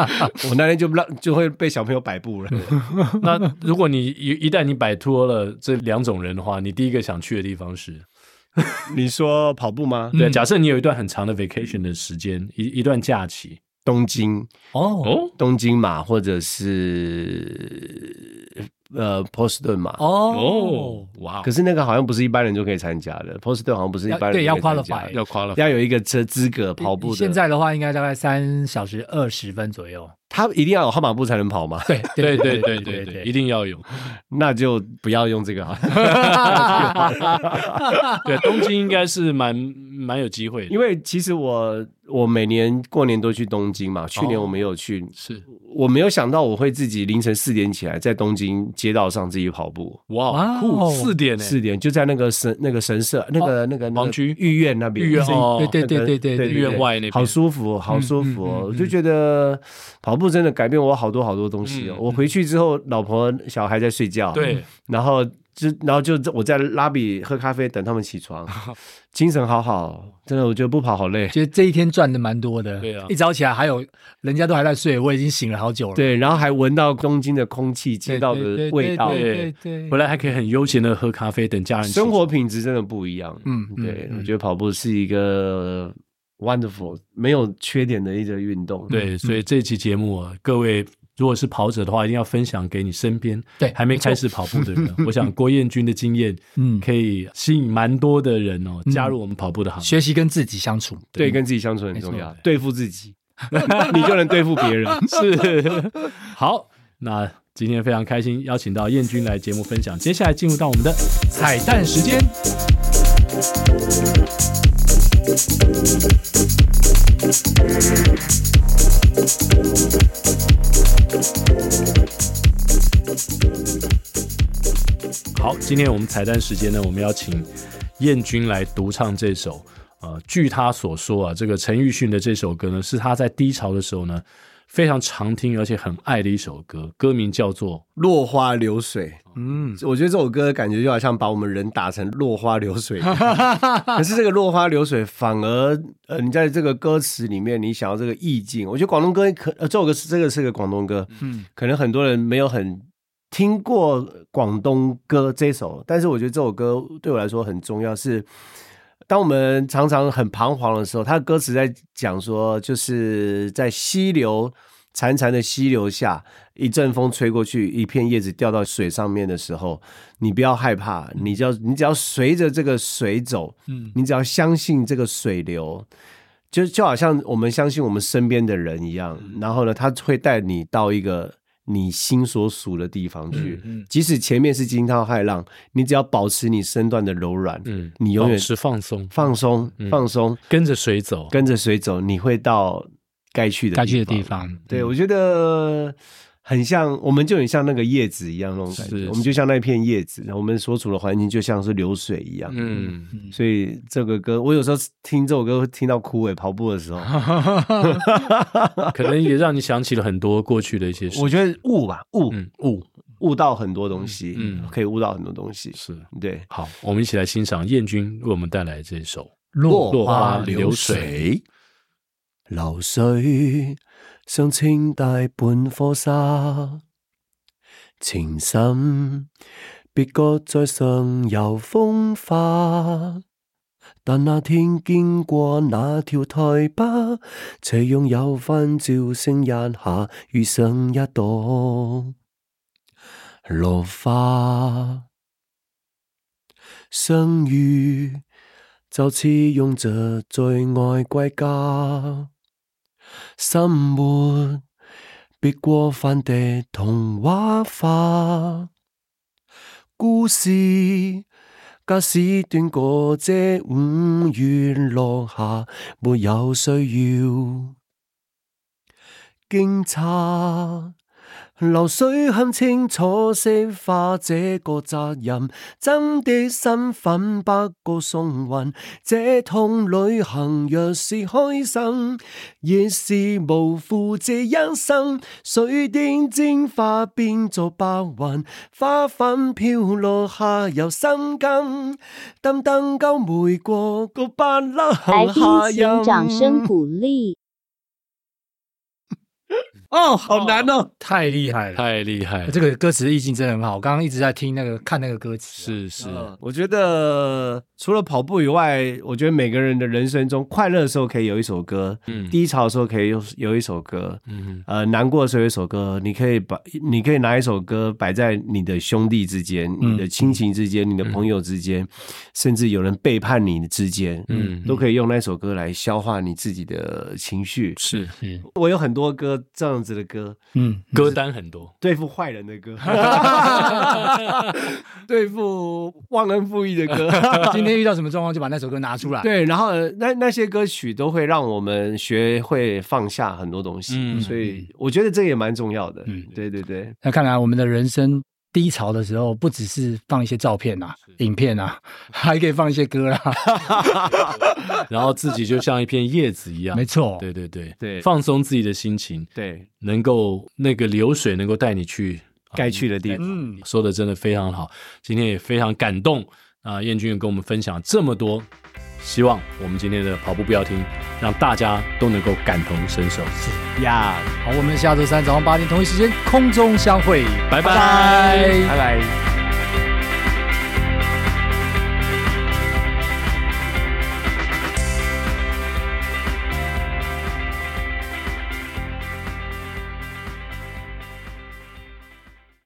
Speaker 5: 我那天就让就会被小朋友 摆布了。
Speaker 3: 那如果你一一旦你摆脱了这两种人的话，你第一个想去的地方是？
Speaker 5: 你说跑步吗？
Speaker 3: 对，啊假设你有一段很长的 vacation 的时间，一一段假期
Speaker 5: 东京，
Speaker 4: 哦
Speaker 3: 哦，
Speaker 5: 东京马，或者是呃波士顿马。
Speaker 3: 哦
Speaker 4: 哦，，
Speaker 3: 哇
Speaker 5: 可，是那个好像不是一般人就可以参加的，波士顿好像不是一般人
Speaker 4: 要对
Speaker 5: 就可以
Speaker 4: 要
Speaker 5: 参加
Speaker 4: qualify
Speaker 5: 的
Speaker 3: 要夸了，
Speaker 5: 要有一个车资格跑步的。
Speaker 4: 现在的话应该大概三小时二十分左右，
Speaker 5: 他一定要有号码布才能跑吗？
Speaker 4: 对
Speaker 3: 对对对对对，一定要有。
Speaker 5: 那就不要用这个 好了。
Speaker 3: 对，东京应该是蛮蛮有机会的，
Speaker 5: 因为其实我我每年过年都去东京
Speaker 4: 哦
Speaker 5: 嘛，去年我没有去，
Speaker 3: 是
Speaker 5: 我没有想到我会自己凌晨四点起来在东京街道上自己跑步，
Speaker 3: 哇酷
Speaker 4: 哇哦
Speaker 3: 四点呢，欸
Speaker 5: 四点就在那个神那个神社
Speaker 4: 哦
Speaker 5: 那个、那个那个
Speaker 3: 王居
Speaker 5: 御苑那边，
Speaker 3: 御苑哦
Speaker 4: 对对对对对对
Speaker 5: 对
Speaker 3: 御苑外那边
Speaker 5: 好舒服，好舒服
Speaker 4: 嗯
Speaker 5: 哦！我就觉得跑步真的改变我好多好多东西哦。
Speaker 3: 嗯
Speaker 5: 我回去之后，老婆小孩在睡觉，
Speaker 3: 对，
Speaker 5: 然后就然后就我在拉比喝咖啡等他们 起床，精神好好，真的我觉得不跑好累。
Speaker 4: 觉得这一天赚的蛮多的。
Speaker 3: 对啊
Speaker 4: 一早起来还有人家都还在睡，我已经醒了好久了。
Speaker 5: 对，然后还闻到东京的空气、街
Speaker 4: 对，
Speaker 5: 道
Speaker 4: 对
Speaker 5: 的
Speaker 4: 对
Speaker 5: 味道，
Speaker 4: 对对对
Speaker 3: 回
Speaker 4: 对，
Speaker 3: 来还可以很悠闲的喝咖啡，等家人起床
Speaker 5: 生活品质真的不一样。
Speaker 4: 嗯嗯
Speaker 5: 对，
Speaker 4: 嗯
Speaker 5: 我觉得跑步是一个 wonderful 没有缺点的一个运动。，
Speaker 3: 对，所以这期节目啊，各位如果是跑者的话，一定要分享给你身边
Speaker 4: 对
Speaker 3: 还没开始跑步的人。我想郭彦军的经验，
Speaker 4: 嗯
Speaker 3: 可以吸引蛮多的人哦，
Speaker 4: 嗯
Speaker 3: 加入我们跑步的行列。
Speaker 4: 学习跟自己相处。
Speaker 5: 对，跟自己相处很重
Speaker 4: 没
Speaker 5: 要
Speaker 4: 错，
Speaker 5: 对付自己， 你就能对付别人。
Speaker 3: 是 好，那今天非常开心，邀请到彦军来节目分享。接下来进入到我们的彩蛋时间。好，今天我们彩蛋时间呢，我们要请燕君来独唱这首。呃，据他所说啊，这个陈奕迅的这首歌呢，是他在低潮的时候呢，非常常听而且很爱的一首歌，歌名叫做
Speaker 5: 落花流水，
Speaker 4: 嗯，
Speaker 5: 我觉得这首歌感觉就好像把我们人打成落花 流水一样，可是这个落花流水反而呃，你在这个歌词里面，你想要这个意境，我觉得广东歌可呃，这首歌是这个是个广东歌，嗯
Speaker 4: 嗯，
Speaker 5: 可能很多人没有很听过广东歌这首，但是我觉得这首歌对我来说很重要是。当我们常常很彷徨的时候，他的歌词在讲说，就是在溪流潺潺的溪流下，一阵风吹过去，一片叶子掉到水上面的时候，你不要害怕，你只要你只要随着这个水走，
Speaker 4: 嗯
Speaker 5: 你只要相信这个水流，就就好像我们相信我们身边的人一样，
Speaker 4: 嗯
Speaker 5: 然后呢，他会带你到一个你心所属的地方去，
Speaker 4: 嗯嗯
Speaker 5: 即使前面是惊涛骇浪，你只要保持你身段的柔软，
Speaker 3: 嗯，
Speaker 5: 你永远
Speaker 3: 保持放松，
Speaker 5: 放松
Speaker 3: 嗯，
Speaker 5: 放松，
Speaker 3: 跟着水走。
Speaker 5: 跟着水走，你会到该去的
Speaker 4: 该去的地。方。
Speaker 5: 对，
Speaker 3: 嗯
Speaker 5: 我觉得很像，我们就很像那个叶子一样那种感
Speaker 3: 是
Speaker 5: 觉，我们就像那片叶子，我们所处的环境就像是流水一样。
Speaker 3: 嗯，
Speaker 5: 所以这个歌，我有时候听这首歌会听到枯萎，跑步的时候，
Speaker 3: 啊可能也让你想起了很多过去的一些事。
Speaker 5: 我觉得悟吧，悟
Speaker 3: 嗯，悟
Speaker 5: 悟到很多东西，
Speaker 3: 嗯嗯
Speaker 5: 可以悟到很多东西。
Speaker 3: 是
Speaker 5: 对，
Speaker 3: 好，我们一起来欣赏燕君为我们带来这首。
Speaker 4: 落
Speaker 3: 落花
Speaker 4: 花
Speaker 3: 流水，
Speaker 5: 流水像清大半颗沙，情深别觉在上游风化。但那天经过那条堤坝，斜阳有番照升一下，遇上一朵落花。相遇就似用着最爱归家，生活别过分地童话化，故事。假使短过这五月落下，没有需要惊诧。流水很清楚释化这个责任，真的身份不过送运。这趟旅行若是开心，亦是无负这一生。水滴蒸发变作白云，花粉飘落下又生根。等等夠每個個八粒
Speaker 6: 来宾
Speaker 5: 下
Speaker 6: 请
Speaker 5: 音。
Speaker 6: 掌声鼓励。
Speaker 4: 哦，好难哦，太厉害了。
Speaker 3: 太厉害了，
Speaker 4: 这个歌词意境真的很好，我刚刚一直在听那个看那个歌词啊，
Speaker 3: 是是，
Speaker 5: 嗯我觉得除了跑步以外，我觉得每个人的人生中，快乐的时候可以有一首歌，
Speaker 3: 嗯
Speaker 5: 低潮的时候可以有有一首歌，
Speaker 3: 嗯，
Speaker 5: 呃，难过的时候有一首歌，你可以把你可以拿一首歌摆在你的兄弟之间、
Speaker 4: 嗯
Speaker 5: 你的亲情之间、你的
Speaker 3: 嗯
Speaker 5: 朋友之间，甚至有人背叛你之间，
Speaker 3: 嗯
Speaker 5: 嗯，都可以用那首歌来消化你自己的情绪。
Speaker 3: 是
Speaker 5: 我有很多歌，正
Speaker 6: 样子的歌，
Speaker 4: 嗯，
Speaker 3: 歌单很多，
Speaker 6: 对付坏人 的歌，
Speaker 5: 对付忘恩负义的歌。
Speaker 4: 今天遇到什么状况就把那首歌拿出来。，
Speaker 6: 对，然后
Speaker 5: 呃，
Speaker 6: 那那些歌曲都会让我们学会放下很多东西，
Speaker 3: 嗯
Speaker 6: 所以我觉得这也蛮重要的。
Speaker 3: 嗯
Speaker 6: 对对对，
Speaker 4: 那看来我们的人生低潮的时候，不只是放一些照片啊、影片 啊，还可以放一些歌啦。啊
Speaker 3: 然后自己就像一片叶子一样，
Speaker 4: 没错，
Speaker 3: 对对对
Speaker 6: 对
Speaker 3: 放松自己的心情，
Speaker 6: 对，
Speaker 3: 能够那个流水能够带你去啊
Speaker 6: 该去的地方。
Speaker 4: 嗯，
Speaker 3: 说的真的非常好，今天也非常感动啊！燕君也跟我们分享这么多，希望我们今天的跑步不要停，让大家都能够感同身受。
Speaker 6: 呀，
Speaker 4: 好，我们下周三早上八点同一时间空中相会，
Speaker 3: 拜拜
Speaker 4: 拜
Speaker 6: 拜拜。